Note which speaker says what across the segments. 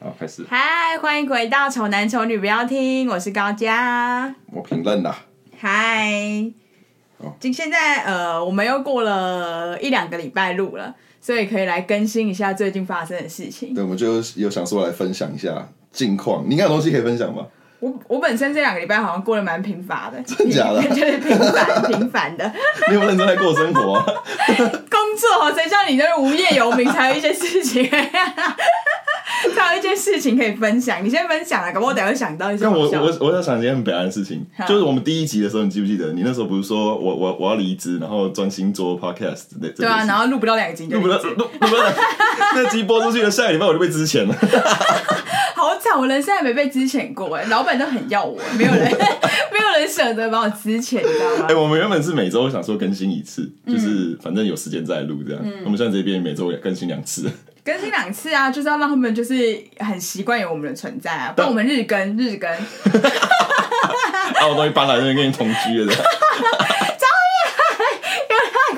Speaker 1: 好，开始。
Speaker 2: 嗨，欢迎回到《丑男丑女不要听》，我是高佳。
Speaker 1: 我评论啦，
Speaker 2: 嗨
Speaker 1: 哦，
Speaker 2: 今现在呃，我们又过了一两个礼拜录了，所以可以来更新一下最近发生的事情。
Speaker 1: 对，我们就有想说来分享一下近况。你应该有东西可以分享吧？
Speaker 2: 我我本身这两个礼拜好像过得蛮贫乏的，真
Speaker 1: 假的
Speaker 2: 就是平凡平凡的
Speaker 1: 你有没有认真在过生活、 啊？
Speaker 2: 工作，谁叫你就是无业游民，才有一些事情， 才有一些事情可以分享。你先分享啊了，搞不好我等下会想到一些
Speaker 1: 但我
Speaker 2: 好笑的。
Speaker 1: 我我在想一件很北岸的事情
Speaker 2: 好，
Speaker 1: 就是我们第一集的时候，你记不记得？你那时候不是说我我我要离职，然后专心做 podcast 的？
Speaker 2: 对啊，然后录不到两集就
Speaker 1: 录不到
Speaker 2: 离职
Speaker 1: 录录不到，那集播出去了，下个礼拜我就被支遣 了。
Speaker 2: 好惨，我人生还没被支遣过哎，老板都很要我，没有人 没有人舍得把我支遣，你知道
Speaker 1: 哎、
Speaker 2: 吗？
Speaker 1: 我们原本是每周想说更新一次，
Speaker 2: 嗯
Speaker 1: 就是反正有时间再录这样。我们现在这边每周更新两次，
Speaker 2: 更新两次啊，就是要让他们就是很习惯有我们的存在啊，不然我们日更日更，
Speaker 1: 啊，我东西搬来这边跟你同居了这样。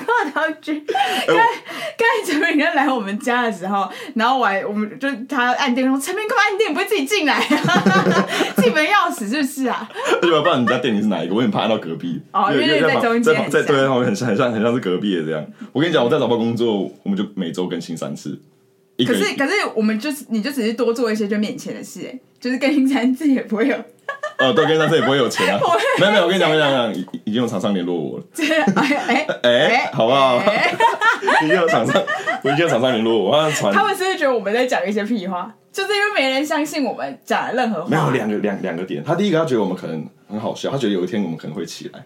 Speaker 2: 跨到去。
Speaker 1: 哎
Speaker 2: 刚刚才陈明人来我们家的时候，然后我还我们就他按电说：“陈明，快按电，你不会自己 进来啊？自己没钥匙是不是啊？”
Speaker 1: 而且我不知道你家店里是哪一个，我很怕按到隔壁。
Speaker 2: 哦因为
Speaker 1: 在
Speaker 2: 在中间
Speaker 1: 在
Speaker 2: 很
Speaker 1: 在
Speaker 2: 像
Speaker 1: 对，很像很像很像是隔壁的这样。我跟你讲，我在找不到工作，我们就每周更新三次。一个
Speaker 2: 可是可是我们就是你就只是多做一些就免钱的事、哎，就是更新三次也不会有，
Speaker 1: 哦，对，跟上次也不会有钱啊
Speaker 2: 我会。
Speaker 1: 没有没有，我跟你讲，我跟你讲，已已已经有厂商联络我了。
Speaker 2: 就是哎哎
Speaker 1: 哎、好不好？
Speaker 2: 哎
Speaker 1: 已经有厂商，我已经有厂商联络我，他传
Speaker 2: 他们是不是觉得我们在讲一些屁话？就是因为没人相信我们讲的任何话。
Speaker 1: 没有两个两两个点。他第一个，他觉得我们可能很好笑，他觉得有一天我们可能会起来。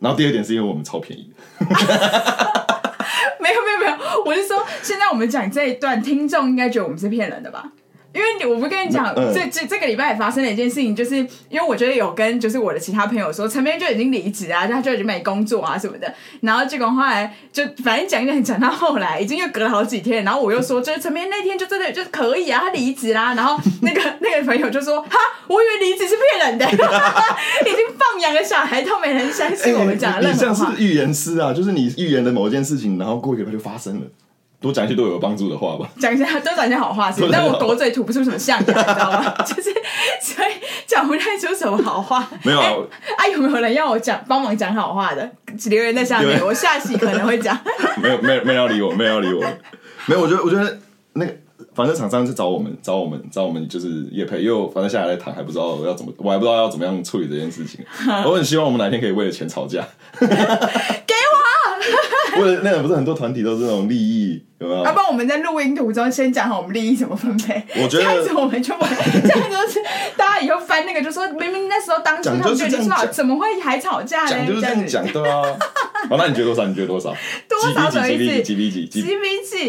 Speaker 1: 然后第二点是因为我们超便宜，
Speaker 2: 没有没有没有，我是说，现在我们讲这一段，听众应该觉得我们是骗人的吧？因为你，我不跟你讲，
Speaker 1: 嗯
Speaker 2: 这这这个礼拜也发生了一件事情，就是因为我觉得有跟就是我的其他朋友说，陈明就已经离职啊，他就已经没工作啊什么的，然后结果后来就反正讲一讲讲到后来，已经又隔了好几天，然后我又说，就是陈明那天就真的就可以啊，他离职啦，然后那个 那个朋友就说，哈，我以为离职是骗人的， 已经放养的小孩都没人相信我们讲的
Speaker 1: 你
Speaker 2: 任
Speaker 1: 你这
Speaker 2: 何
Speaker 1: 样
Speaker 2: 话。
Speaker 1: 哎是预言师啊，就是你预言的某一件事情，然后过一个礼拜就发生了。多讲一些对我有帮助的话吧。
Speaker 2: 讲一下，多讲一些好话是不是，
Speaker 1: 多讲
Speaker 2: 但
Speaker 1: 一些
Speaker 2: 我
Speaker 1: 好话
Speaker 2: 狗嘴吐不出什么 象牙，你知道吗？ 就是所以讲不太出什么好话。
Speaker 1: 没有啊
Speaker 2: 哎啊，有没有人要我讲帮忙讲好话的？留言在下面，
Speaker 1: 对
Speaker 2: 我下期可能 会讲。
Speaker 1: 没有，没有，没有要理我，没有要理我。没有，我觉得，我觉得那个，反正厂商就找我们，找我们，找我们，就是也陪，因为我反正下来谈，还不知道要怎么，我还不知道要怎么样处理这件事 情。我很希望我们哪天可以为了钱吵架。
Speaker 2: 给
Speaker 1: 为了那个，不是很多团体都是那种利益，有没有
Speaker 2: 我，要？啊不然我们在录音途中先讲好我们利益怎么分配。
Speaker 1: 我觉
Speaker 2: 这
Speaker 1: 得
Speaker 2: 样子我们就 不会，这样就是大家以后翻那个就说，明明那时候当初
Speaker 1: 讲
Speaker 2: 他们
Speaker 1: 就
Speaker 2: 就是已
Speaker 1: 这
Speaker 2: 经
Speaker 1: 样
Speaker 2: 说好，
Speaker 1: 讲
Speaker 2: 怎么会还吵架呢？
Speaker 1: 讲就是这样
Speaker 2: 子
Speaker 1: 讲，对啊。好，那你觉得多少？你觉得多少？
Speaker 2: 多少什么
Speaker 1: 几
Speaker 2: 意
Speaker 1: 比
Speaker 2: 思
Speaker 1: 几？几比几？几比几？
Speaker 2: 几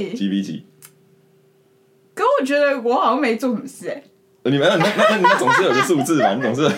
Speaker 2: 比几？
Speaker 1: 几比几？
Speaker 2: 可我觉得我好像没做什么事、哎，
Speaker 1: 呃你们那那那你们总是有个数字吧？你总是。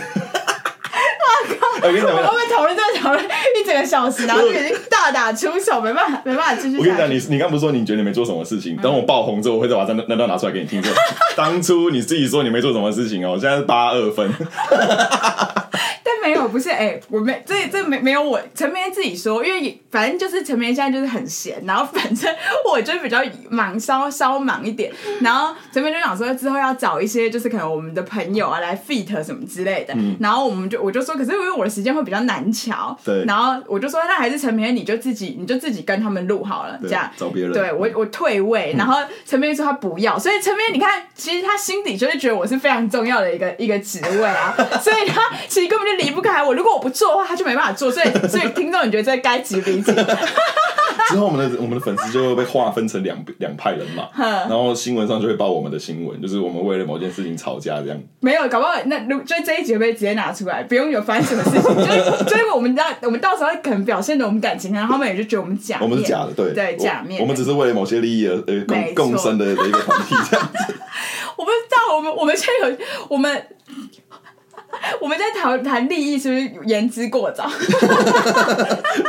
Speaker 1: 我靠！我跟你
Speaker 2: 我
Speaker 1: 讲
Speaker 2: 们，会不会讨论这个讨论一整个小时，然后就已经大打出手，没办法，没办法继续
Speaker 1: 我跟
Speaker 2: 下
Speaker 1: 你讲，
Speaker 2: 去。
Speaker 1: 你你刚不是说你觉得你没做什么事情？等我爆红之后，我会再把那那段拿出来给你听。说 当初你自己说你没做什么事情哦，现在是八二分。
Speaker 2: 但没有，不是哎、我没这这没没有我陈明自己说，因为反正就是陈明现在就是很闲，然后反正我就比较忙，稍稍忙一点，然后陈明就想说之后要找一些就是可能我们的朋友啊来 fit 什么之类的，
Speaker 1: 嗯
Speaker 2: 然后我们就我就说，可是因为我的时间会比较难瞧，
Speaker 1: 对
Speaker 2: 然后我就说那还是陈明你就自己你就自己跟他们录好了，这
Speaker 1: 对
Speaker 2: 样
Speaker 1: 找别人嗯
Speaker 2: 对我我退位，然后陈斌说他不要，所以陈斌你看，其实他心底就是觉得我是非常重要的一个一个职 位啊，所以他其实根本就离不开我。如果我不做的话，他就没办法做。所以 所以听众，你觉得这该几比几？
Speaker 1: 之后我们的我们的粉丝就会被划分成两两派人 马，然后新闻上就会报我们的新闻，就是我们为了某件事情吵架这样。
Speaker 2: 没有，搞不好那如就这一集会被直接拿出来，不用有发生什 么事情，就是就是我们到我们到时候可能表现的我们感情，啊然后他们也就觉得我们假面，
Speaker 1: 我们是假的，对
Speaker 2: 对假面
Speaker 1: 我。我们只是为了某些利益而呃
Speaker 2: 没
Speaker 1: 共共
Speaker 2: 错
Speaker 1: 生的的一个团体这样。
Speaker 2: 我不知道，我们我们现在有我们 我们在谈谈利益，是不是言之过早？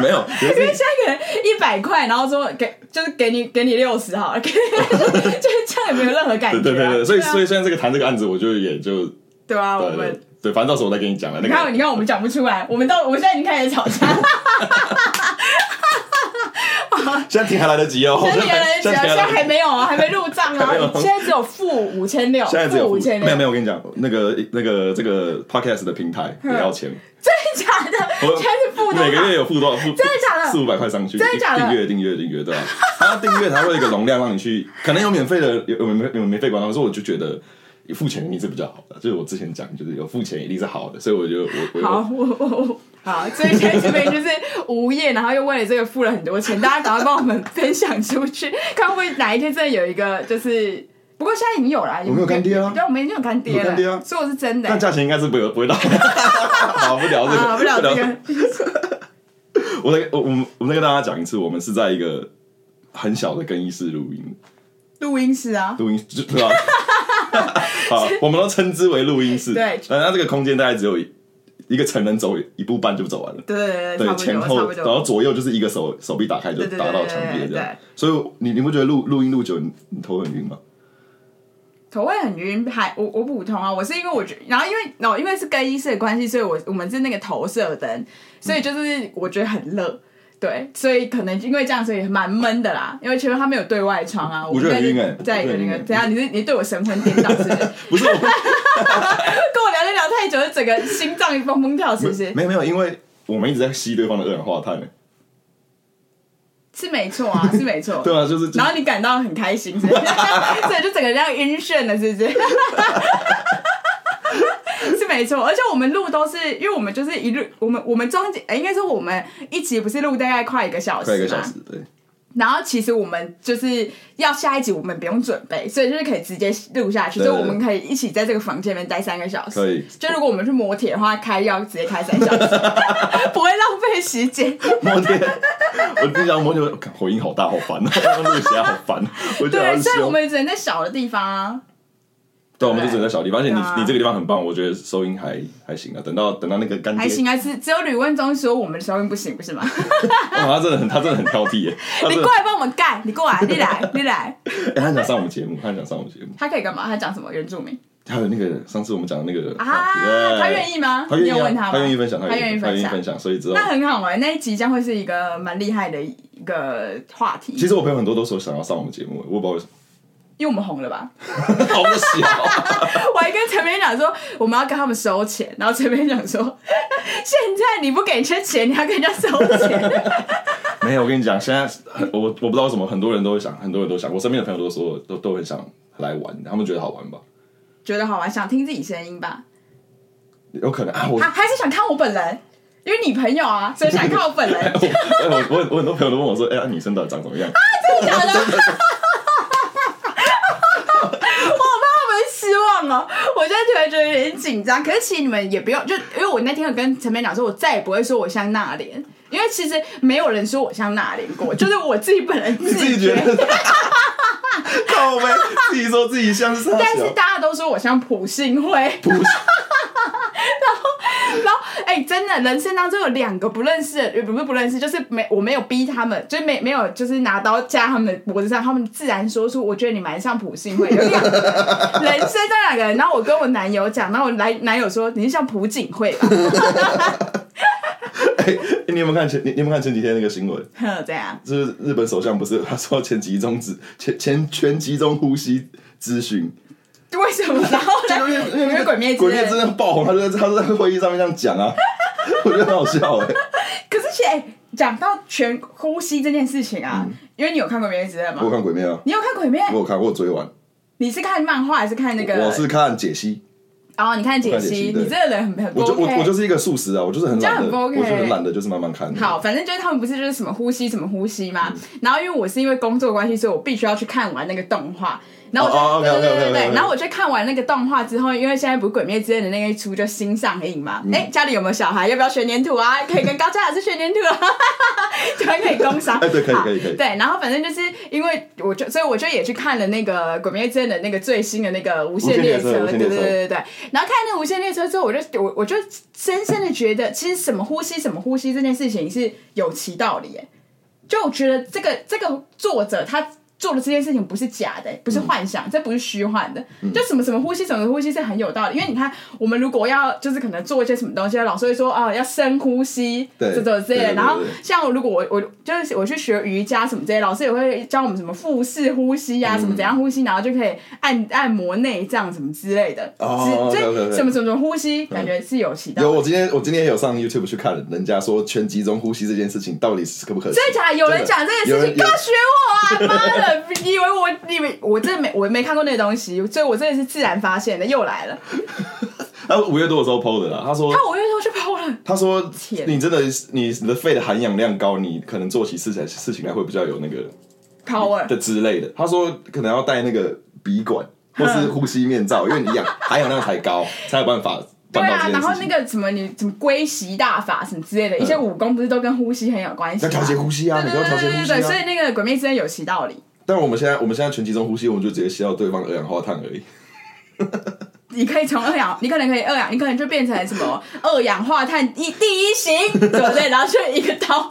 Speaker 1: 没 有，有
Speaker 2: 因为
Speaker 1: 一
Speaker 2: 现
Speaker 1: 次
Speaker 2: 在可能一百块，然后说给就是给你给你六十好了，给 就是这样也没有任何感觉、啊。
Speaker 1: 对对对对，所以所
Speaker 2: 以
Speaker 1: 以现在这个谈这个案子，我就也就
Speaker 2: 对啊，我
Speaker 1: 对对
Speaker 2: 们
Speaker 1: 对，反正到时候我再跟你讲了。那
Speaker 2: 你看
Speaker 1: 个
Speaker 2: 你看我
Speaker 1: 哦
Speaker 2: 们讲不出来，我们到我们现在已经开始吵架。
Speaker 1: 现在停还来得及哦，
Speaker 2: 现在原来只
Speaker 1: 现
Speaker 2: 要
Speaker 1: 在停还来
Speaker 2: 现在
Speaker 1: 得
Speaker 2: 还
Speaker 1: 及。
Speaker 2: 没有啊，还没入账
Speaker 1: 还没
Speaker 2: 啊
Speaker 1: 有，
Speaker 2: 现在只有负五千六，
Speaker 1: 现在只有
Speaker 2: 负五千六，
Speaker 1: 没有没有，我跟你讲，那个那个这个 podcast 的平台也要钱，
Speaker 2: 真的假的？
Speaker 1: 我
Speaker 2: 现在是负嗯多
Speaker 1: 每个月
Speaker 2: 少？
Speaker 1: 有付多少？付
Speaker 2: 真的假的
Speaker 1: 四五百块上去，
Speaker 2: 真的假的
Speaker 1: 订阅订阅订阅，对吧、他要订阅，他会有一个容量让你去，可能有免费的，有有免有免费广告，所以我就觉得。付钱一定是比较好的，就是我之前讲，就是有付钱一定是好的，所以我就我我
Speaker 2: 好，我我我好，所以现在这边就是无业，然后又为了这个付了很多钱，大家赶快帮我们分享出去， 看会不会哪一天真的有一个就是。不过现在已经有了，
Speaker 1: 我们有干爹啊
Speaker 2: 对，我们已经有干爹
Speaker 1: 有干爹啊
Speaker 2: 了，所以我是真的欸。
Speaker 1: 但价钱应该是不会不会 到，好不聊这个，
Speaker 2: 啊，不了这
Speaker 1: 这
Speaker 2: 个
Speaker 1: 个。我再我我们我们再跟大家讲一次，我们是在一个很小的更衣室录音，
Speaker 2: 录音室啊，
Speaker 1: 录音就对吧？ 好，我们都称之为录音室。
Speaker 2: 对
Speaker 1: 呃，那这个空间大概只有一一个成人走一步半就走完了。
Speaker 2: 对对对，
Speaker 1: 对
Speaker 2: 差，不
Speaker 1: 前
Speaker 2: 多，差
Speaker 1: 后，
Speaker 2: 不
Speaker 1: 然
Speaker 2: 多。
Speaker 1: 后左右就是一个手手臂打开就
Speaker 2: 对对
Speaker 1: 打到墙壁
Speaker 2: 对对
Speaker 1: 这样
Speaker 2: 对。
Speaker 1: 所以你你不觉得录录音录久你你头很晕 吗？
Speaker 2: 头会很晕，还我我普通啊，我是因为我觉然后因为哦，因为是更衣室的关系，所以我我们是那个投射灯，所以就是我觉得很热。对，所以可能因为这样，所以蛮闷的啦。因为其实它没有对外窗啊，
Speaker 1: 我觉得很晕欸我觉
Speaker 2: 在
Speaker 1: 得
Speaker 2: 那
Speaker 1: 很晕
Speaker 2: 个
Speaker 1: 欸
Speaker 2: 怎样？你是你对我神魂颠倒是不是？跟
Speaker 1: 不是我。
Speaker 2: 我聊天聊太久，就整个心脏砰砰跳，是不是？
Speaker 1: 没有没有，因为我们一直在吸对方的二氧化碳欸呢。
Speaker 2: 是没错啊，是没错。
Speaker 1: 对啊，就是
Speaker 2: 然后你感到很开心，是不 是所以就整个这样晕眩了，是不 是？是没错，而且我们录都是，因为我们就是一路，我们我们中间、呃应该说我们一集不是录大概快一个小时
Speaker 1: 快
Speaker 2: 嘛，
Speaker 1: 一个小时，对。
Speaker 2: 然后其实我们就是要下一集，我们不用准备，所以就是可以直接录下去，
Speaker 1: 对
Speaker 2: 所以我们可以一起在这个房间里面待三个小时。
Speaker 1: 可以
Speaker 2: 就如果我们去磨铁的话，开要直接开三小时， 不会浪费时间。
Speaker 1: 摩天，我平常摩天，我看回音好大，好烦哦，刚刚录起来好烦。我觉得好像
Speaker 2: 对，所以
Speaker 1: 是
Speaker 2: 我们只能在小的地方啊。
Speaker 1: 对，我们就只能在小地方，而且
Speaker 2: 对啊
Speaker 1: 你你这个地方很棒，我觉得收音还还行啊。等到等到那个干爹，
Speaker 2: 还行啊，只只有吕问中说我们的收音不行，不是吗？
Speaker 1: 哇，他真的很他真的很挑 剔耶，他
Speaker 2: 你
Speaker 1: 真的
Speaker 2: 过来帮我们盖，你过来，你来，你 来。
Speaker 1: 哎他很想上我们节目，他很想上我们节目。
Speaker 2: 他可以干嘛？他讲什么？原住民
Speaker 1: 还有那个上次我们讲的那个
Speaker 2: 啊？他愿
Speaker 1: 意，
Speaker 2: 意吗？
Speaker 1: 他
Speaker 2: 你
Speaker 1: 愿
Speaker 2: 有
Speaker 1: 意
Speaker 2: 问
Speaker 1: 啊，
Speaker 2: 吗？
Speaker 1: 他愿意分享，
Speaker 2: 他
Speaker 1: 愿
Speaker 2: 愿
Speaker 1: 意
Speaker 2: 意
Speaker 1: 他
Speaker 2: 分
Speaker 1: 愿意
Speaker 2: 享
Speaker 1: 分。享，所以之后
Speaker 2: 那很好玩，那一集将会是一个蛮厉害的一个话题。
Speaker 1: 其实我朋友很多都说想要上我们节目，我不知道为 什么，
Speaker 2: 因为我们红了吧，
Speaker 1: 好不小。
Speaker 2: 我还跟陈明讲说我们要跟他们收钱，然后陈明讲说 现在你不给人家钱，你还跟人家收 钱，
Speaker 1: 没有，我跟你讲，现在很我我不知道为什么，很多人都会想，很多人都想，我身边的朋友都说都都很想来玩，他们觉得好玩吧？
Speaker 2: 觉得好玩，想听自己声音吧？
Speaker 1: 有可能啊，我
Speaker 2: 啊，还是想看我本人？因为你朋友啊，所以想看我本人。
Speaker 1: 我我我我很多朋友都问我说，哎、呀，女生到底长怎么样？
Speaker 2: 假的？我好怕我们失望哦！我现在突然觉得有点紧张，可是其实你们也不用，就因为我那天有跟陈美讲说，我再也不会说我像那莲，因为其实没有人说我像那莲过，就是我自己本人
Speaker 1: 你自己
Speaker 2: 自
Speaker 1: 觉
Speaker 2: 觉。
Speaker 1: 得？ 靠呗，自己说自己像是啥
Speaker 2: 但是
Speaker 1: 小？
Speaker 2: 大家都说我像朴信惠，
Speaker 1: 不是，
Speaker 2: 然后，哎、真的，人生当中有两个不认识的，呃不是不认识，就是没我没有逼他们，就是没没有就是拿刀架他们的脖子上，他们自然说出我觉得你蛮像普 信惠，有两个人生这两个人。然后我跟我男友讲，然后我男男友说你是像朴槿惠吧？
Speaker 1: 哎、你有没有看前你你有没有看前几天那个新闻？
Speaker 2: 哼 这样
Speaker 1: 就是日本首相不是他说全集中只全全全集中呼吸咨询，
Speaker 2: 为什么？然后
Speaker 1: 就
Speaker 2: 呢？
Speaker 1: 因为因
Speaker 2: 因为鬼灭之
Speaker 1: 鬼灭
Speaker 2: 刃
Speaker 1: 之刃爆红，他就在他就在会议上面这样讲啊， 我觉得很好笑哎、
Speaker 2: 可是其实哎，讲、到全呼吸这件事情啊，因为你有看过《鬼灭之刃》
Speaker 1: 嗯我有
Speaker 2: 吗？
Speaker 1: 看鬼灭啊，
Speaker 2: 你有看《鬼灭
Speaker 1: 我》？有看，我有追完，
Speaker 2: 你是看漫画还是看那个？
Speaker 1: 我是看解析，
Speaker 2: 哦，你看解
Speaker 1: 我看解析
Speaker 2: 析，
Speaker 1: 对
Speaker 2: 你这个人很很
Speaker 1: 我就我
Speaker 2: OK
Speaker 1: 我就是一个素食啊，我就是很懒
Speaker 2: 这样很
Speaker 1: 的，
Speaker 2: 不
Speaker 1: 我
Speaker 2: OK
Speaker 1: 就很懒的，就是慢慢看。
Speaker 2: 好，反正就是他们不是就是什么呼吸什么呼吸嘛。
Speaker 1: 嗯
Speaker 2: 然后因为我是因为工作关系，所以我必须要去看完那个动画。然后
Speaker 1: 哦
Speaker 2: 我就、
Speaker 1: 哦，OK，OK，OK，OK，OK
Speaker 2: 对对对对对，然后我就看完那个动画之后，因为现在不是《鬼灭之刃》的那一出就新上映嘛。
Speaker 1: 嗯
Speaker 2: 哎、家里有没有小孩？要不要学粘土啊？可以跟高嘉老师学粘土啊， 突然可以工商。
Speaker 1: 哎对可以
Speaker 2: 好
Speaker 1: 可以可以
Speaker 2: 对，然后反正就是因为我就，所以我就也去看了那个《鬼灭之刃》的那个最新的那个无
Speaker 1: 无
Speaker 2: 限
Speaker 1: 限列
Speaker 2: 列
Speaker 1: 车
Speaker 2: 车，
Speaker 1: 无限列
Speaker 2: 对对对
Speaker 1: 车
Speaker 2: 对对对。然后看那个无限列车之后，我就我我就深深的觉得，其实什么呼吸什么呼吸这件事情是有其道理耶。就我觉得这个这个作者他做的这件事情不是假的，不是幻想，
Speaker 1: 嗯
Speaker 2: 这不是虚幻的，就什么什么呼吸，什么呼吸是很有道理。因为你看，我们如果要就是可能做一些什么东西，老师会说啊，要深呼吸，
Speaker 1: 对
Speaker 2: 这种之
Speaker 1: 对
Speaker 2: 类
Speaker 1: 对
Speaker 2: 的。
Speaker 1: 对
Speaker 2: 然后
Speaker 1: 对
Speaker 2: 像我如果我我就是我去学瑜伽什么这些，老师也会教我们什么腹式呼吸呀、啊，什么怎样呼吸，然后就可以按按摩内脏什么之类的。
Speaker 1: 哦
Speaker 2: 是所以
Speaker 1: OK，OK，OK
Speaker 2: 什么什么什么呼吸，感觉是有起到
Speaker 1: 有，
Speaker 2: 的。
Speaker 1: 我今天我今天也有上 YouTube 去看，人家说全集中呼吸这件事情到底是可不可行？
Speaker 2: 真的假的？有人讲这件事情，
Speaker 1: 有人有
Speaker 2: 哥学我啊！妈的，以为我以为我真的没我没看过那个东西，所以我真的是自然发现的，又来了。
Speaker 1: 他五月多的时候 PO 的啦，他说
Speaker 2: 他五月头就抛了，
Speaker 1: 他说
Speaker 2: 天
Speaker 1: 你真的是你你的肺的含氧量高，你可能做起事情事情来会比较有那个
Speaker 2: 抛了
Speaker 1: 的，之类的。他说可能要戴那个鼻管
Speaker 2: 嗯
Speaker 1: 或是呼吸面罩，因为你氧 含氧量才高，才有办法
Speaker 2: 对
Speaker 1: 办到
Speaker 2: 啊，
Speaker 1: 这
Speaker 2: 然后
Speaker 1: 件事
Speaker 2: 那
Speaker 1: 情。
Speaker 2: 个什么你什么龟息大法什么之类的一些武功，不是都跟呼吸很有关系
Speaker 1: 要
Speaker 2: 吗？
Speaker 1: 调节呼吸啊，你
Speaker 2: 对
Speaker 1: 不要
Speaker 2: 对
Speaker 1: 调
Speaker 2: 对
Speaker 1: 节
Speaker 2: 对
Speaker 1: 呼
Speaker 2: 对
Speaker 1: 吸
Speaker 2: 对，所
Speaker 1: 啊。
Speaker 2: 以那个《鬼灭之刃》有其道理，
Speaker 1: 但我们现在我们现在全集中呼吸，我们就直接吸到对方的二氧化碳而已。
Speaker 2: 你可以从二氧，你可能可以二氧，你可能就变成什么二氧化碳一第一型，对不对？然后就一个刀。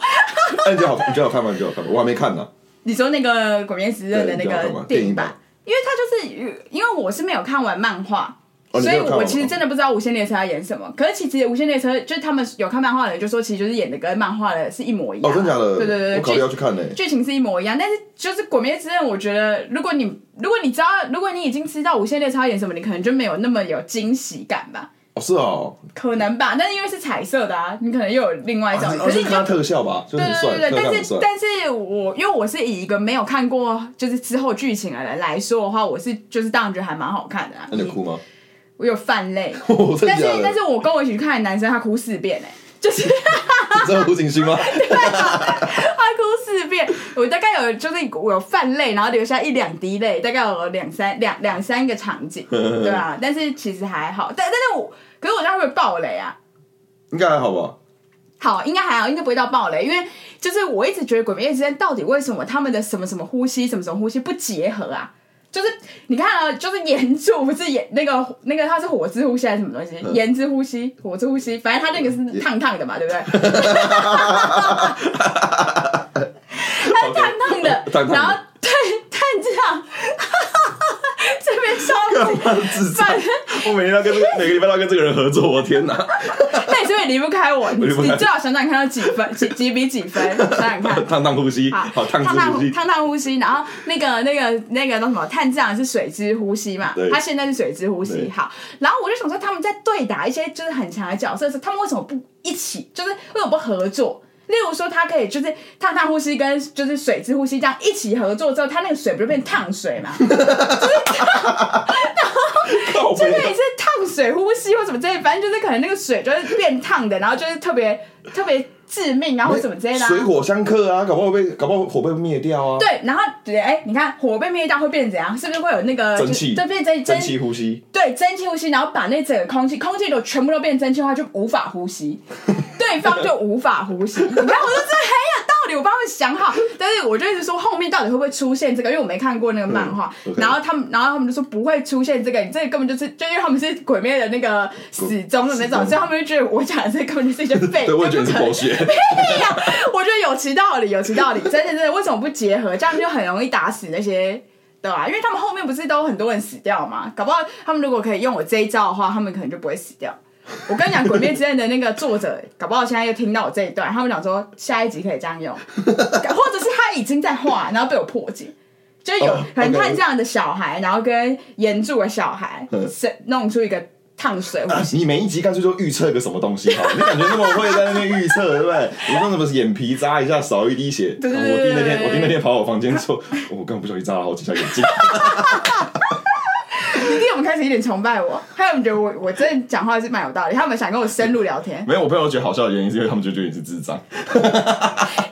Speaker 1: 哎，你觉得好，你觉得好看吗？你觉得好看吗？我还没看呢。
Speaker 2: 你说那个《鬼灭之刃》的那
Speaker 1: 对你知道干
Speaker 2: 个
Speaker 1: 嘛
Speaker 2: 电
Speaker 1: 电
Speaker 2: 影
Speaker 1: 影
Speaker 2: 版
Speaker 1: 版，
Speaker 2: 因为它就是因为我是没有看完漫画。
Speaker 1: 哦你
Speaker 2: 所
Speaker 1: 没
Speaker 2: 以
Speaker 1: 有看完
Speaker 2: 我其实
Speaker 1: 吗
Speaker 2: 真的不知道《无限列车》要演什么，可是其实《无限列车》就是他们有看漫画的人就说，其实就是演的跟漫画的是一模一样。
Speaker 1: 哦，真假的？
Speaker 2: 对对对，
Speaker 1: 我考虑
Speaker 2: 剧
Speaker 1: 要去看呢。
Speaker 2: 剧情是一模一样，但是就是《鬼灭之刃》，我觉得如果你如果你知道，如果你已经知道《无限列车》要演什么，你可能就没有那么有惊喜感吧，
Speaker 1: 哦，是哦，
Speaker 2: 可能吧。但是因为是彩色的啊，你可能又有另外一种，
Speaker 1: 啊
Speaker 2: 可是
Speaker 1: 是
Speaker 2: 你
Speaker 1: 看
Speaker 2: 就
Speaker 1: 它特效吧，就很帅，
Speaker 2: 对对
Speaker 1: 特效很
Speaker 2: 对，但是
Speaker 1: 帅。
Speaker 2: 但是我因为我是以一个没有看过就是之后剧情的人来说的话，我是就是当然觉得还蛮好看的、啊。
Speaker 1: 那你有哭吗？
Speaker 2: 我有泛泪，
Speaker 1: 我真
Speaker 2: 但
Speaker 1: 的
Speaker 2: 是
Speaker 1: 假的？
Speaker 2: 但是我跟我一起去看的男生他哭四遍哎、就是
Speaker 1: 你知道胡景勋 吗？
Speaker 2: 他哭四遍，我大概有就是我有泛泪，然后留下一两滴泪，大概有两三两两三个场景，对啊，但是其实还好，但但是我可是我这样会不会爆雷啊？
Speaker 1: 应该还好吧？
Speaker 2: 好，应该还好，应该不会到爆雷，因为就是我一直觉得《鬼灭之刃》到底为什么他们的什么什么呼吸、什么什么呼吸不结合啊？就是你看啊，就是岩柱不是岩那个那个它是火之呼吸还是什么东西？岩之呼吸、火之呼吸，反正它那个是烫烫的嘛，对不对？它烫烫的，
Speaker 1: 烫烫的
Speaker 2: 然后对炭治郎，这边烧
Speaker 1: 干 嘛智障？ 我每天要跟这个每个礼拜都要跟这个人合作，我天哪！
Speaker 2: 但你是不是哎离不开我？你
Speaker 1: 离不开
Speaker 2: 你最好想想看到几分几几比几分，想想看。
Speaker 1: 烫烫呼吸，
Speaker 2: 好
Speaker 1: 好烫
Speaker 2: 烫
Speaker 1: 之呼吸，
Speaker 2: 烫烫呼吸，然后那个那个那个叫什么炭治郎是水之呼吸嘛
Speaker 1: 对，
Speaker 2: 他现在是水之呼吸
Speaker 1: 对。
Speaker 2: 好，然后我就想说他们在对打一些就是很强的角色的时候，他们为什么不一起？就是为什么不合作？例如说，他可以就是烫烫呼吸跟就是水之呼吸这样一起合作之后，他那个水不就变烫水嘛？
Speaker 1: 靠
Speaker 2: 就
Speaker 1: 背
Speaker 2: 类似烫水呼吸或什么之类，反正就是可能那个水就是变烫的，然后就是特别特别致命啊或什么之类的、啊。
Speaker 1: 水火相克啊，搞不好被搞不好火被灭掉啊。
Speaker 2: 对，然后对，哎、你看火被灭掉会变成怎样？是不是会有那个
Speaker 1: 蒸汽
Speaker 2: 就对，变蒸
Speaker 1: 蒸汽呼吸，
Speaker 2: 对，蒸汽呼吸，然后把那整个空气，空气如果全部都变蒸汽的话，就无法呼吸， 对方就无法呼吸。你看，我就这很有道理，我帮他们想好。但是我就一直说后面到底会不会出现这个，因为我没看过那个漫画。
Speaker 1: 嗯，OK
Speaker 2: 然后他们，然后他们就说不会出现这个，你这个根本就是，就因为他们是鬼灭的那个死忠的那
Speaker 1: 死忠
Speaker 2: 种，所以他们就觉得我讲的这根本就是一些 废，
Speaker 1: 对，我也觉得
Speaker 2: 这
Speaker 1: 是
Speaker 2: 不可能
Speaker 1: 狗血。
Speaker 2: 对呀、我觉得有其道理，有其道理，真的真的，为什么不结合？这样就很容易打死那些，对吧、因为他们后面不是都很多人死掉嘛，搞不好他们如果可以用我这一招的话，他们可能就不会死掉。我跟你讲，《鬼灭之刃》的那个作者，搞不好现在又听到我这一段，他们讲说下一集可以这样用，或者是他已经在画，然后被我破解。就是有
Speaker 1: 哦
Speaker 2: 可能
Speaker 1: OK
Speaker 2: 看这样的小孩，然后跟岩柱的小孩
Speaker 1: 嗯，
Speaker 2: 是弄出一个烫水壶
Speaker 1: 啊你每一集干脆就预测个什么东西好了，你感觉那么会在那边预测，对不对？你说什么眼皮眨一下少一滴血，
Speaker 2: 对对对
Speaker 1: 我弟那
Speaker 2: 对对
Speaker 1: 天
Speaker 2: 对
Speaker 1: 我弟那天跑我房间说，我刚刚不小心眨了好几下眼睛，
Speaker 2: 弟弟，我们开始有点崇拜我，还有我们觉得我我真的讲话是蛮有道理，他们想跟我深入聊 天。
Speaker 1: 没有，我朋友觉得好笑的原因是因为他们就觉得你是智障。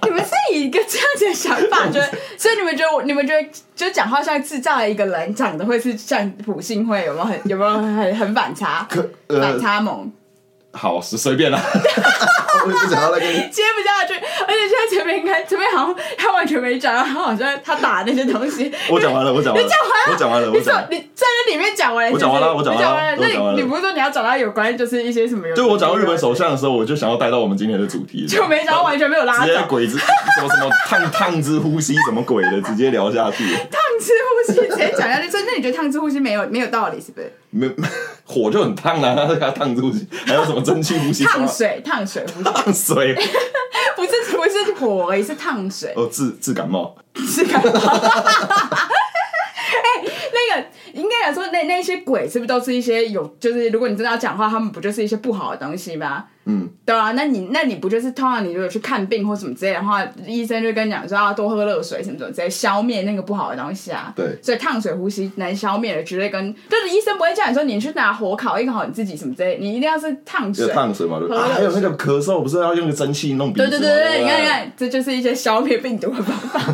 Speaker 2: 你们是以一个这样子的想法，觉得，所以你们觉得我，你们觉得就讲话像智障的一个人，长得会是像普信会，有没有很有没有很很反差？
Speaker 1: 可
Speaker 2: 反
Speaker 1: 呃，
Speaker 2: 差萌，
Speaker 1: 好，随随便啦， 我也不想要再跟你。
Speaker 2: 接不下去，而且现在前面应该前面好像他完全没讲，然后好像他打那些东西，
Speaker 1: 我讲完了，我讲完了，我讲完了，
Speaker 2: 你
Speaker 1: 我
Speaker 2: 说
Speaker 1: 讲完了。
Speaker 2: 你在这里面讲完了，
Speaker 1: 我讲完了我
Speaker 2: 讲
Speaker 1: 讲完了
Speaker 2: 那
Speaker 1: 我讲完
Speaker 2: 你
Speaker 1: 了
Speaker 2: 你不是说你要找到有关就是一些什么有？
Speaker 1: 对我讲到日本首相的时候，我就想要带到我们今天的主题，
Speaker 2: 就没想到完全没有拉
Speaker 1: 直
Speaker 2: 走，
Speaker 1: 接鬼子什么什么烫烫之呼吸什么鬼的，直接聊下去，
Speaker 2: 烫之呼吸直接讲下去，所以那你觉得烫之呼吸没有没有道理是 不是？
Speaker 1: 没 火就很烫啊，他他烫之呼吸，还有什么蒸汽呼吸，
Speaker 2: 烫水烫水呼吸，
Speaker 1: 烫水，
Speaker 2: 不是不是火而已，是烫水，
Speaker 1: 哦，治治感冒，
Speaker 2: 是感冒。 哎那个应该讲说，那那些鬼是不是都是一些有，就是如果你真的要讲话，他们不就是一些不好的东西吗？
Speaker 1: 嗯，
Speaker 2: 对啊，那你那你不就是通常你如果去看病或什么之类的话，医生就跟你讲说要多喝热水什么什么之类，啊消灭那个不好的东西啊。
Speaker 1: 对
Speaker 2: 所以烫水呼吸能消灭的，绝对跟就是医生不会叫你说你去拿火烤一烤你自己什么之类，你一定要是烫水
Speaker 1: 有。烫水嘛，啊，还有那个咳嗽，不是要用个蒸汽弄鼻子
Speaker 2: 对
Speaker 1: 吗？
Speaker 2: 对对对，
Speaker 1: 不
Speaker 2: 你看你看，这就是一些消灭病毒的方法。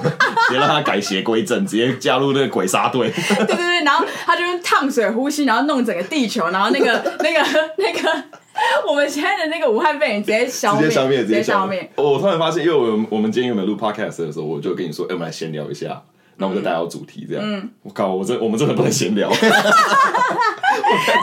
Speaker 1: 直接让他改邪归正，直接加入那个鬼杀队。
Speaker 2: 对对对，然后他就用烫水呼吸，然后弄整个地球，然后那个那个那个 我们现在的那个武汉肺炎直接 消
Speaker 1: 直接消灭，哦
Speaker 2: 直接消灭。。
Speaker 1: 我突然发现，因为我们我们今天原本录 podcast 的时候，我就跟你说，哎、我们来闲聊一下，那我们就带到主题这样。
Speaker 2: 嗯
Speaker 1: 我靠，我真我们真的不能闲 聊。我看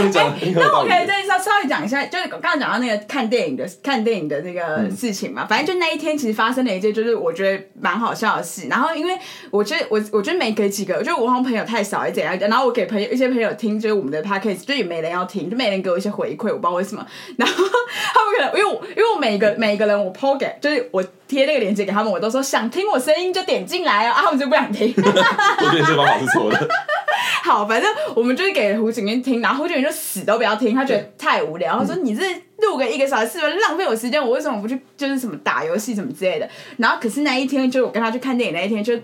Speaker 1: 哦，你讲的很有
Speaker 2: 那
Speaker 1: 道
Speaker 2: 我
Speaker 1: 理
Speaker 2: 可。以再稍稍微讲一下，就是刚刚讲到那个看电影的看电影的那个事情
Speaker 1: 嗯
Speaker 2: 嘛，反正就那一天其实发生了一件就是我觉得蛮好笑的事。然后因为我觉得我我觉得没给几个，我觉得我好像朋友太少还是怎样，然后我给朋友一些朋友听，就是我们的 podcast 就也没人要听，就没人给我一些回馈，我不知道为什么。然后他们可能因为我因为我每个每个人我 PO 给就是我贴那个链接给他们，我都说想听我声音就点进来啊，啊他们就不想听。
Speaker 1: 我觉得这方法是 错的。
Speaker 2: 好，反正我们就是给胡景云听，然后胡景云就死都不要听，他觉得太无聊，他说你这录个一个小时，是不是浪费我时间？我为什么不去就是什么打游戏什么之类的？然后可是那一天，就我跟他去看电影那一天，就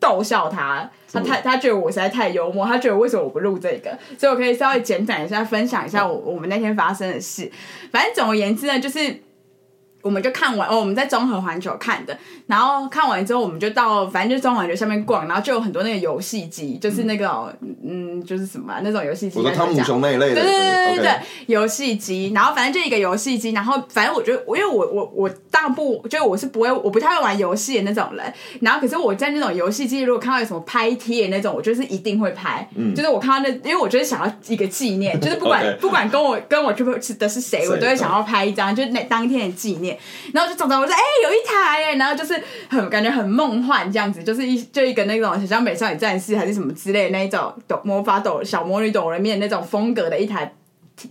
Speaker 2: 逗笑他，他太他觉得我实在太幽默，他觉得为什么我不录这个？所以我可以稍微简短一下分享一下我
Speaker 1: 嗯
Speaker 2: 我们那天发生的事。反正总而言之呢，就是。我们就看完哦，我们在综合环球看的，然后看完之后，我们就到反正就综合环球下面逛，然后就有很多那个游戏机，就是那个嗯就是什么啊、那种游戏机。
Speaker 1: 我说汤姆熊那一类的，
Speaker 2: 对对对对对
Speaker 1: OK，
Speaker 2: 游戏机，然后反正就一个游戏机，然后反正我觉得，我因为我我我大部就是我是不会，我不太会玩游戏的那种人，然后可是我在那种游戏机，如果看到有什么拍贴的那种，我就是一定会拍，就是我看到那，因为我就是想要一个纪念，就是不管
Speaker 1: 嗯 OK
Speaker 2: 不管跟我跟我去不去的是谁，
Speaker 1: 谁
Speaker 2: 我都会想要拍一张，就是那当天的纪念，然后就找找我说，哎、有一台哎、然后就是很感觉很梦幻这样子，就是一就一个那种很像美少女战士还是什么之类的那一种斗魔法斗小魔女斗人面那种风格的一台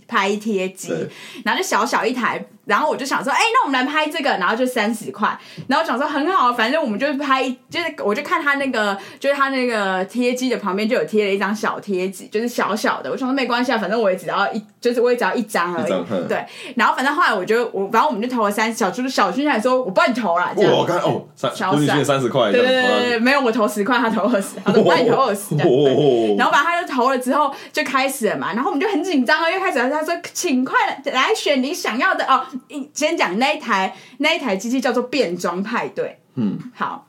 Speaker 2: 拍贴机
Speaker 1: 对，
Speaker 2: 然后就小小一台，然后我就想说，哎、那我们来拍这个，然后就三十块，然后我想说很好，反正我们就拍，就是我就看他那个，就是他那个贴机的旁边就有贴了一张小贴纸，就是小小的，我想说没关系啊，反正我也只要一，就是我也只要一张而
Speaker 1: 一张
Speaker 2: 已，
Speaker 1: 嗯
Speaker 2: 对，然后反正后来我就我，反正我们就投了三，小猪小军还说我帮你投啦，这样
Speaker 1: 哇，我看哦，三
Speaker 2: 小
Speaker 1: 胡锦
Speaker 2: 闪
Speaker 1: 进三十块，
Speaker 2: 对
Speaker 1: 这
Speaker 2: 对
Speaker 1: 样
Speaker 2: 对对，没有我投十块，他投二十，他说我帮你投二十，这样对
Speaker 1: 哦，
Speaker 2: 然后把他就投了之后就开始了嘛，然后我们就很紧张哦，又开始了他说请快来选你想要的哦。一先讲那一台那一台机器叫做变装派对，
Speaker 1: 嗯，
Speaker 2: 好，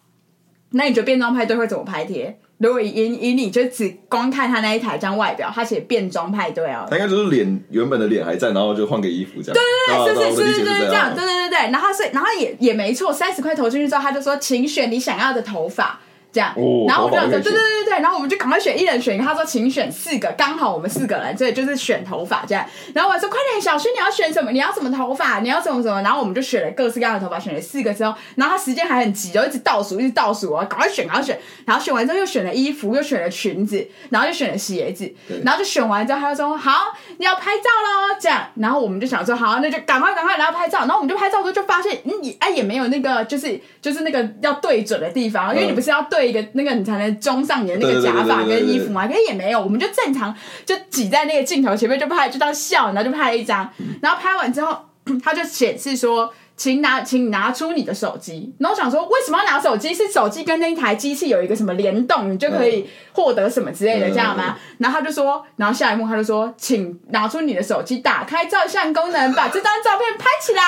Speaker 2: 那你觉得变装派对会怎么拍贴？如果以以你就只光看他那一台这样外表，他写变装派对哦，
Speaker 1: 他应该就是脸原本的脸还在，然后就换个衣服这样。
Speaker 2: 对
Speaker 1: 啊对
Speaker 2: 对
Speaker 1: 我的理
Speaker 2: 对是
Speaker 1: 解
Speaker 2: 是是
Speaker 1: 这
Speaker 2: 这样，对对对对。然后所以然后也也没错，三十块投进去之后，他就说请选你想要的头发。这样，
Speaker 1: 哦
Speaker 2: 然后我们就想
Speaker 1: 头
Speaker 2: 说，
Speaker 1: 发
Speaker 2: 对对
Speaker 1: 可以
Speaker 2: 对对对，然后我们就赶快选一人选一个。他说请选四个，刚好我们四个人，所以就是选头发这样。然后我还说快点，小薰你要选什么？你要什么头发？你要什么什么？然后我们就选了各式各样的头发，选了四个之后，然后他时间还很急，哦就一直倒数，一直倒数哦，赶快选，赶快选。然后选完之后又选了衣服，又选了裙子，然后又选了鞋子
Speaker 1: 对，
Speaker 2: 然后就选完之后他就说好，你要拍照喽，这样。然后我们就想说好，那就赶快赶快，然后拍照。然后我们就拍照之后就发现，嗯，你哎也没有那个就是就是那个要对准的地方，因为你
Speaker 1: 嗯
Speaker 2: 不是要对一个那个你才能装上你的那个
Speaker 1: 对对对
Speaker 2: 假发
Speaker 1: 对对
Speaker 2: 跟
Speaker 1: 对
Speaker 2: 衣服嘛，可是也没有，我们就正常就挤在那个镜头前面就拍，就当笑，然后就拍了一张，
Speaker 1: 嗯
Speaker 2: 然后拍完之后， 他就显示说。请拿，请拿出你的手机。然后我想说，为什么要拿手机？是手机跟那一台机器有一个什么联动，你就可以获得什么之类的，
Speaker 1: 嗯
Speaker 2: 这样吗？然后他就说，然后下一幕他就说，请拿出你的手机，打开照相功能，把这张照片拍起来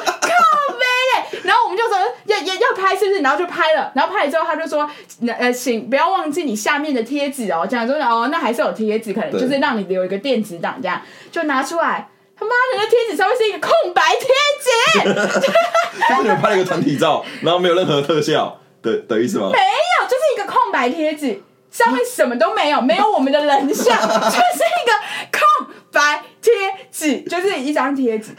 Speaker 2: 哦。 靠背嘞！然后我们就说要要要拍是不是？然后就拍了，然后拍了之后他就说，那呃，请不要忘记你下面的贴纸哦。这样说哦，那还是有贴纸，可能
Speaker 1: 对
Speaker 2: 就是让你留一个电子档这样，就拿出来。他妈的，那贴纸上面是一个空白贴纸，
Speaker 1: 就是你们拍了一个团体照，然后没有任何特效的的意思吗？
Speaker 2: 没有，就是一个空白贴纸，上面什么都没有，没有我们的人像，就是一个空白贴纸，就是一张贴纸。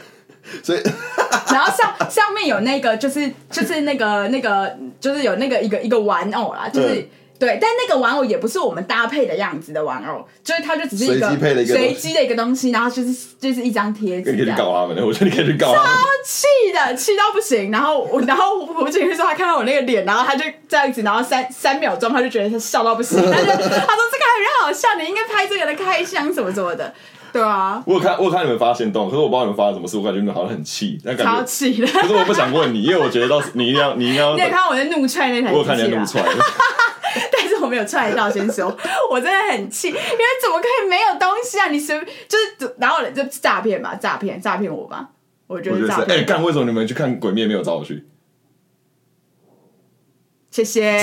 Speaker 1: 所以
Speaker 2: 然后上上面有那个就是就是那个那个就是有那个一个一个玩偶啦，就是。
Speaker 1: 嗯
Speaker 2: 对，但那个玩偶也不是我们搭配的样子的玩偶，就是它就只是一
Speaker 1: 随
Speaker 2: 个
Speaker 1: 机配的一个东西
Speaker 2: 随机的一个东西，然后就是就是一张贴
Speaker 1: 可以
Speaker 2: 纸这
Speaker 1: 去
Speaker 2: 样，
Speaker 1: 搞他们的，我觉得你可以去搞他们。
Speaker 2: 超气的，气到不行。然后我，然后我我姐就说她看到我那个脸，然后她就这样子，然后三三秒钟，她就觉得她笑到不 行，她就她说这个还很好笑，你应该拍这个的开箱什么什么的，对啊，
Speaker 1: 我有看，我有看你们发现动，可是我不知道你们发生什么事，我感觉你们好像很气，但
Speaker 2: 超
Speaker 1: 感觉，
Speaker 2: 气的。
Speaker 1: 可是我不想问你，因为我觉得到时你一定 要，你一定要
Speaker 2: 你，也看到我在怒踹那台
Speaker 1: 我有看
Speaker 2: 机
Speaker 1: 你
Speaker 2: 器
Speaker 1: 在
Speaker 2: 啦
Speaker 1: 怒出来，
Speaker 2: 但是我没有踹到，先说，我真的很气，因为怎么可以没有东西啊？你随就是，然后这诈骗吧，诈骗，诈骗我吧，我觉
Speaker 1: 我觉
Speaker 2: 得
Speaker 1: 得
Speaker 2: 诈
Speaker 1: 是，哎，
Speaker 2: 骗。
Speaker 1: 干，为什么你们去看《鬼灭》没有找我去？
Speaker 2: 谢谢。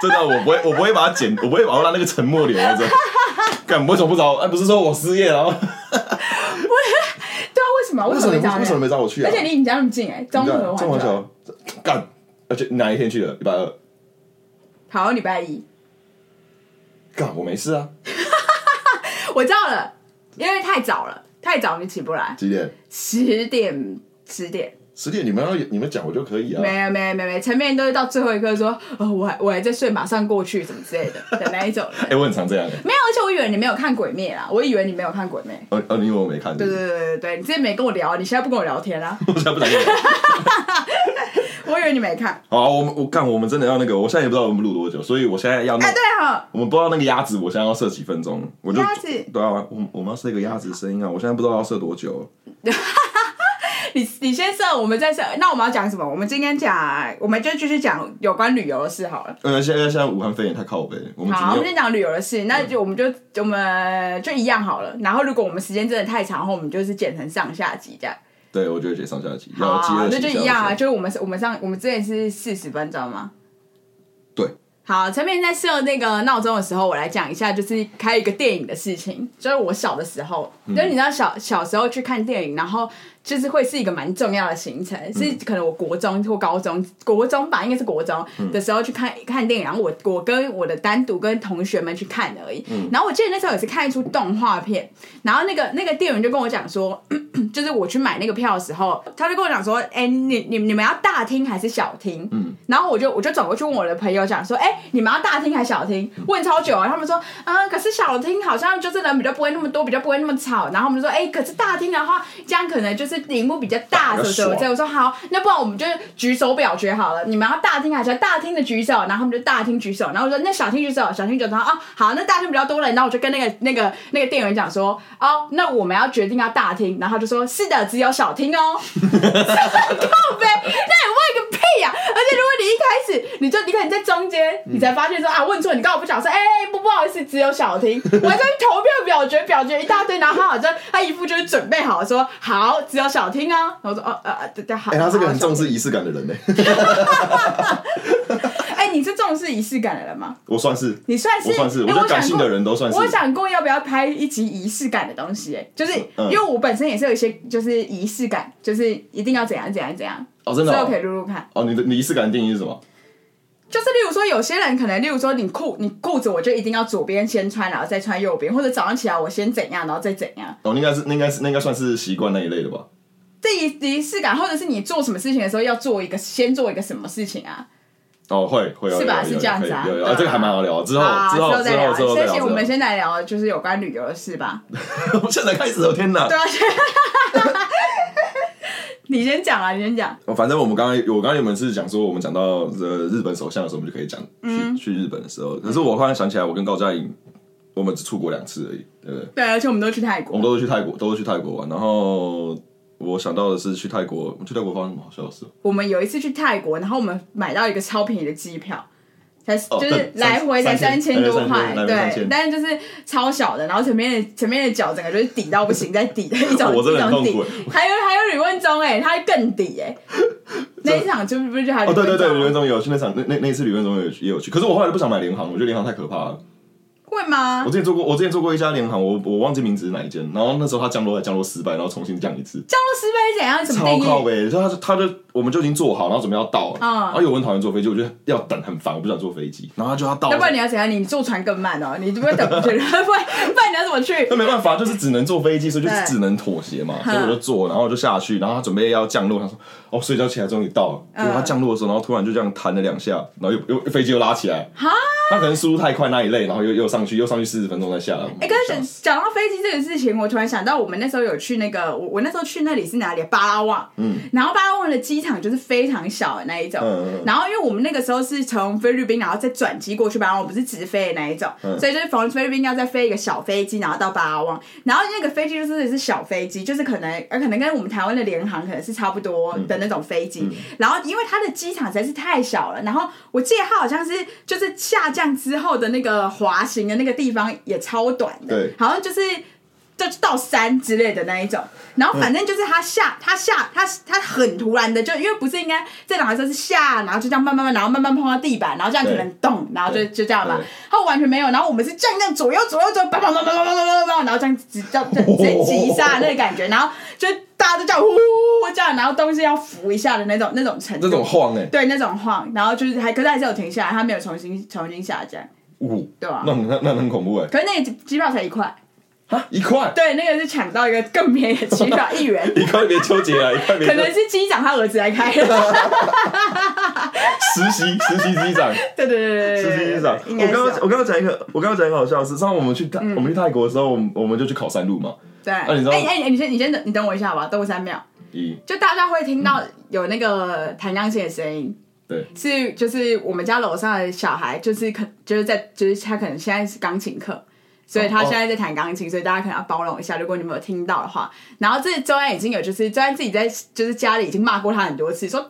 Speaker 1: 真的，我不会，我不会把它剪，我不会把它让那个沉默留着。干，为什么不找我？哎，不是说我失业，然后
Speaker 2: 对啊，为什么？为
Speaker 1: 为什
Speaker 2: 什么
Speaker 1: 么
Speaker 2: 没
Speaker 1: 你
Speaker 2: 找
Speaker 1: 为什么
Speaker 2: 你？
Speaker 1: 没找我去啊？
Speaker 2: 而且离你家那么近哎、中
Speaker 1: 你看
Speaker 2: 和
Speaker 1: 中华
Speaker 2: 环球，
Speaker 1: 桥哦干，而且哪一天去的？礼拜二。
Speaker 2: 好，礼拜一，
Speaker 1: 干，我没事啊。
Speaker 2: 我知道了，因为太早了，太早你起不来，
Speaker 1: 几点？
Speaker 2: 十点十点，
Speaker 1: 十点你们要你们讲我就可以啊。
Speaker 2: 没有没有没有没有，前面都是到最后一刻说，哦，我还我还在睡，马上过去什么之类的的那一种人。
Speaker 1: 哎、我很常这样哎、
Speaker 2: 没有，而且我以为你没有看《鬼灭》啦，我以为你没有看《鬼灭》。
Speaker 1: 哦哦，你以为我没看？
Speaker 2: 对对对对对，你之前没跟我聊，你现在不跟我聊天啦、啊
Speaker 1: 我现在不想跟你讲。
Speaker 2: 我以为你没看。
Speaker 1: 好啊，我们我干，我们真的要那个，我现在也不知道我们录多久，所以我现在 要那。
Speaker 2: 哎，对哈，
Speaker 1: 我们不知道那个鸭子，我现在要设几分钟，我就
Speaker 2: 鸭子
Speaker 1: 对啊，我我们要设一个鸭子声音啊，我现在不知道要设多久。
Speaker 2: 你你先设，我们再设。那我们要讲什么？我们今天讲，我们就继续讲有关旅游的事好了。
Speaker 1: 呃，现在现在武汉肺炎太靠北，我们
Speaker 2: 好，我
Speaker 1: 今
Speaker 2: 们
Speaker 1: 天嗯
Speaker 2: 先讲旅游的事，那就我们就我们就一样好了。然后如果我们时间真的太长的话，我们就是剪成上下集这样。
Speaker 1: 对我觉得解上下集
Speaker 2: 好
Speaker 1: 要接
Speaker 2: 啊，
Speaker 1: 二
Speaker 2: 那
Speaker 1: 集
Speaker 2: 就
Speaker 1: 下
Speaker 2: 一样啊，
Speaker 1: 集
Speaker 2: 就是我们我们上我们之前是四十分钟吗？
Speaker 1: 对，
Speaker 2: 好，陈面在设那个闹钟的时候，我来讲一下，就是还有一个电影的事情，就是我小的时候，
Speaker 1: 嗯
Speaker 2: 就是你知道小小时候去看电影，然后就是会是一个蛮重要的行程，
Speaker 1: 嗯
Speaker 2: 是可能我国中或高中，国中吧，应该是国中
Speaker 1: 嗯
Speaker 2: 的时候去看看电影，然后我我跟我的单独跟同学们去看而已。
Speaker 1: 嗯
Speaker 2: 然后我记得那时候也是看一出动画片，然后那个那个店员就跟我讲说，就是我去买那个票的时候，他就跟我讲说，哎、你你你们要大厅还是小厅？嗯，然后我就我就转过去问我的朋友讲说，哎、你们要大厅还是小厅？问超久啊，他们说，嗯，可是小厅好像就是人比较不会那么多，比较不会那么吵。然后我们就说，哎、可是大厅的话，这样可能就是荧幕比较大，什么什么之类。我说好，那不然我们就举手表决好了，你们要大厅还是大厅的举手？然后他们就大厅举手，然后我说那小厅举手，小厅举手，然后哦好，那大厅比较多人，然后我就跟那个那个那个店员讲说，哦，那我们要决定要大厅，然后他就说是的，只有小厅哦。 靠背，那你问个屁呀、啊而且如果你一开始你就你可能在中间，你才发现说啊问错，你刚好不讲说，哎、不不好意思，只有小 婷，我还在投票表决表决一大堆，然后他好像他一副就是准备好说好，只有小婷啊，然后我说哦呃呃对对好，
Speaker 1: 哎、他是个
Speaker 2: 好啊
Speaker 1: 很重视仪式感的人呢、欸
Speaker 2: 小婷哎、你是重视仪式感的人吗？
Speaker 1: 我算是，
Speaker 2: 你算是，
Speaker 1: 我算是
Speaker 2: 哎
Speaker 1: 我觉得感性的人都算是
Speaker 2: 我想过要不要拍一集仪式感的东西、哎，就是
Speaker 1: 嗯
Speaker 2: 因为我本身也是有一些就是仪式感，就是一定要怎样怎样怎样，
Speaker 1: 哦真的哦
Speaker 2: 所以我可以录录看。
Speaker 1: 哦，你的你仪式感的定义是什么？
Speaker 2: 就是例如说，有些人可能，例如说你裤你裤子，我就一定要左边先穿，然后再穿右边，或者早上起来我先怎样，然后再怎样。
Speaker 1: 哦，那应该是那应该是那应该算是习惯那一类的吧？
Speaker 2: 这仪仪式感，或者是你做什么事情的时候要做一个先做一个什么事情啊？
Speaker 1: 哦，会会有
Speaker 2: 是吧
Speaker 1: 有有
Speaker 2: 是这样子啊
Speaker 1: 有有有
Speaker 2: 对
Speaker 1: 啊，
Speaker 2: 啊
Speaker 1: 这个还蛮好聊。之后
Speaker 2: 啊，
Speaker 1: 之后
Speaker 2: 后再
Speaker 1: 之
Speaker 2: 聊。
Speaker 1: 后之后再
Speaker 2: 先行，
Speaker 1: 聊。
Speaker 2: 我们
Speaker 1: 之
Speaker 2: 先来聊就是有关旅游的事吧。
Speaker 1: 后 我们现在开始了，天哪！
Speaker 2: 对啊，先你先讲啊，你先讲。
Speaker 1: 哦反正我们刚刚我刚刚原本是讲说，我们讲到呃日本首相的时候，我们就可以讲
Speaker 2: 嗯
Speaker 1: 去去日本的时候。可是我突然想起来，我跟高佳颖，我们只出国两次而已，对不对？
Speaker 2: 对，而且我们都去泰
Speaker 1: 我
Speaker 2: 国
Speaker 1: 们，都是去泰国，都是去泰国玩。然后我想到的是去泰国，我们去泰国发生什么好笑的事？
Speaker 2: 我们有一次去泰国，然后我们买到一个超便宜的机票，才
Speaker 1: 哦
Speaker 2: 就是
Speaker 1: 对
Speaker 2: 来回才
Speaker 1: 三
Speaker 2: 千
Speaker 1: 千
Speaker 2: 多块，
Speaker 1: 来回三
Speaker 2: 对
Speaker 1: 千，
Speaker 2: 但是就是超小的，然后前面的前面的脚整个就是抵到不行，再抵的一种
Speaker 1: 我真
Speaker 2: 一
Speaker 1: 的很
Speaker 2: 种
Speaker 1: 痛
Speaker 2: 抵
Speaker 1: 苦，
Speaker 2: 还有还有吕问中哎、他更 抵哎、那一场就是不是就还有
Speaker 1: 哦，对对对，旅
Speaker 2: 吕问
Speaker 1: 文
Speaker 2: 中
Speaker 1: 总有去那场，那那那次旅文总有也有去。可是我后来就不想买联航，我觉得联航太可怕了。
Speaker 2: 会
Speaker 1: 我？
Speaker 2: 吗
Speaker 1: 之前做过，我之前做过一家联行，我我忘记名字是哪一间。然后那时候他降落在降落失败，然后重新降一次，
Speaker 2: 降落失败是怎样？怎么
Speaker 1: 超
Speaker 2: 定
Speaker 1: 靠
Speaker 2: 义？
Speaker 1: 北。就他就他就我们就已经做好，然后准备要到了。
Speaker 2: 嗯
Speaker 1: 然后有人讨厌坐飞机，我觉得要等很烦，我不想坐飞机。然后他就要到
Speaker 2: 要
Speaker 1: 了
Speaker 2: 不，然你要怎样？你坐船更慢哦，你就不会等不去， 不然不然你要怎么去？
Speaker 1: 那没办法，就是只能坐飞机，所以就是
Speaker 2: 对
Speaker 1: 只能妥协嘛。
Speaker 2: 嗯
Speaker 1: 所以我就坐，然后我就下去，然后他准备要降落，他说：“哦，睡觉起来终于到了。”
Speaker 2: 嗯
Speaker 1: 结果他降落的时候，然后突然就这样弹了两下，然后又又飞机又拉起来。他可能速度太快那一类，然后又又上去，又上去四十分钟再下来。
Speaker 2: 哎、
Speaker 1: 跟
Speaker 2: 跟讲到飞机这个事情，我突然想到，我们那时候有去那个，我我那时候去那里是哪里？巴拉望，嗯，然后巴拉望的机场就是非常小的那一种，
Speaker 1: 嗯嗯嗯
Speaker 2: 然后因为我们那个时候是从菲律宾，然后再转机过去巴拉望，不是直飞的那一种，
Speaker 1: 嗯
Speaker 2: 所以就是从菲律宾要再飞一个小飞机，然后到巴拉望，然后那个飞机就是真的是小飞机，就是可能呃可能跟我们台湾的联航可能是差不多的那种飞
Speaker 1: 嗯
Speaker 2: 机，然后因为它的机场实在是太小了，然后我记得它好像是就是下降之后的那个滑行的那个地方也超短的。
Speaker 1: 对
Speaker 2: 好像就是就到山之类的那一种。
Speaker 1: 嗯
Speaker 2: 然后反正就是他下，他下，他他很突然的，就因为不是应该这两台车是下，然后就这样慢慢慢，然后慢慢碰到地板，然后这样可
Speaker 1: 对
Speaker 2: 能动，然后就
Speaker 1: 对
Speaker 2: 就这样嘛
Speaker 1: 对。
Speaker 2: 他完全没有，然后我们是这样这样左右左右左右，叭叭叭叭叭叭叭叭叭，然后这样直这样这样直接急刹 那个感觉，然后就大家都这样呼呼呼这样，然后东西要扶一下的那种那种程
Speaker 1: 这
Speaker 2: 度
Speaker 1: 种。晃哎、
Speaker 2: 对那种晃，然后就是还，可是还是有停下来，他没有重新重新下降，
Speaker 1: 呜，
Speaker 2: 对啊
Speaker 1: 那很那那很恐怖哎、
Speaker 2: 可是那个机票才一块，
Speaker 1: 啊，一块，
Speaker 2: 对，那个是抢到一个更便宜的机票，一元，
Speaker 1: 一块别纠结啊，一块别
Speaker 2: 可能是机长他儿子来开的。
Speaker 1: 实习实习机长，
Speaker 2: 对对对对
Speaker 1: 实
Speaker 2: 对
Speaker 1: 习
Speaker 2: 对，
Speaker 1: 机长。
Speaker 2: 应该
Speaker 1: 我刚
Speaker 2: 是啊嗯
Speaker 1: 刚
Speaker 2: 有
Speaker 1: 我刚刚讲一个，我刚刚讲一个好笑的事，上次我们去泰我们去泰国的时候，我们我们就去考山路嘛，
Speaker 2: 对。哎
Speaker 1: 那你知道
Speaker 2: 哎哎，你先你先等你等我一下吧，等我三秒。
Speaker 1: 一
Speaker 2: 就大家会听到有那个弹钢琴的声音，
Speaker 1: 对
Speaker 2: 是就是我们家楼上的小孩，就是可就是在就是他可能现在是钢琴课，所以他
Speaker 1: 哦哦
Speaker 2: 现在在弹钢琴，所以大家可能要包容一下，如果你们有听到的话。然后这周安已经有就是周安自己在就是家里已经骂过他很多次，说他妈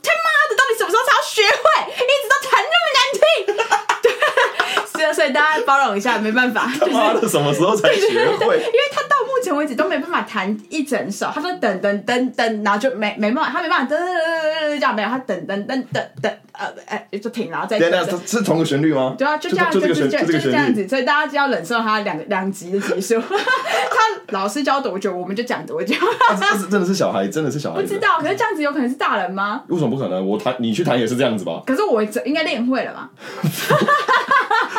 Speaker 2: 的到底什么时候才要学会，一直都弹那么难听。 对，所以所以大家包容一下，没办法，
Speaker 1: 他
Speaker 2: 就是
Speaker 1: 妈的什么时候才学
Speaker 2: 因
Speaker 1: 会？
Speaker 2: 为他到目前为止都没办法弹一整首，他都等等等等，然后就没没办法，他没办法噔噔噔噔噔这样没有，他等等等等等呃哎就停，然后再
Speaker 1: 等一下，等一下是同个旋律吗？
Speaker 2: 对啊，就这样，
Speaker 1: 就
Speaker 2: 就
Speaker 1: 这个
Speaker 2: 就
Speaker 1: 旋，
Speaker 2: 这样，
Speaker 1: 这
Speaker 2: 就
Speaker 1: 个
Speaker 2: 这样
Speaker 1: 旋律。
Speaker 2: 子，所以大家就要忍受他两两级的 级数。他老师教多久，我们就讲多久。
Speaker 1: 啊这是真的是小孩，真的是小孩
Speaker 2: 不知
Speaker 1: 子。
Speaker 2: 道，可是这样子有可能是大人吗？
Speaker 1: 为什么不可能？我弹，你去弹也是这样子吧？
Speaker 2: 可是我应该练会了吧？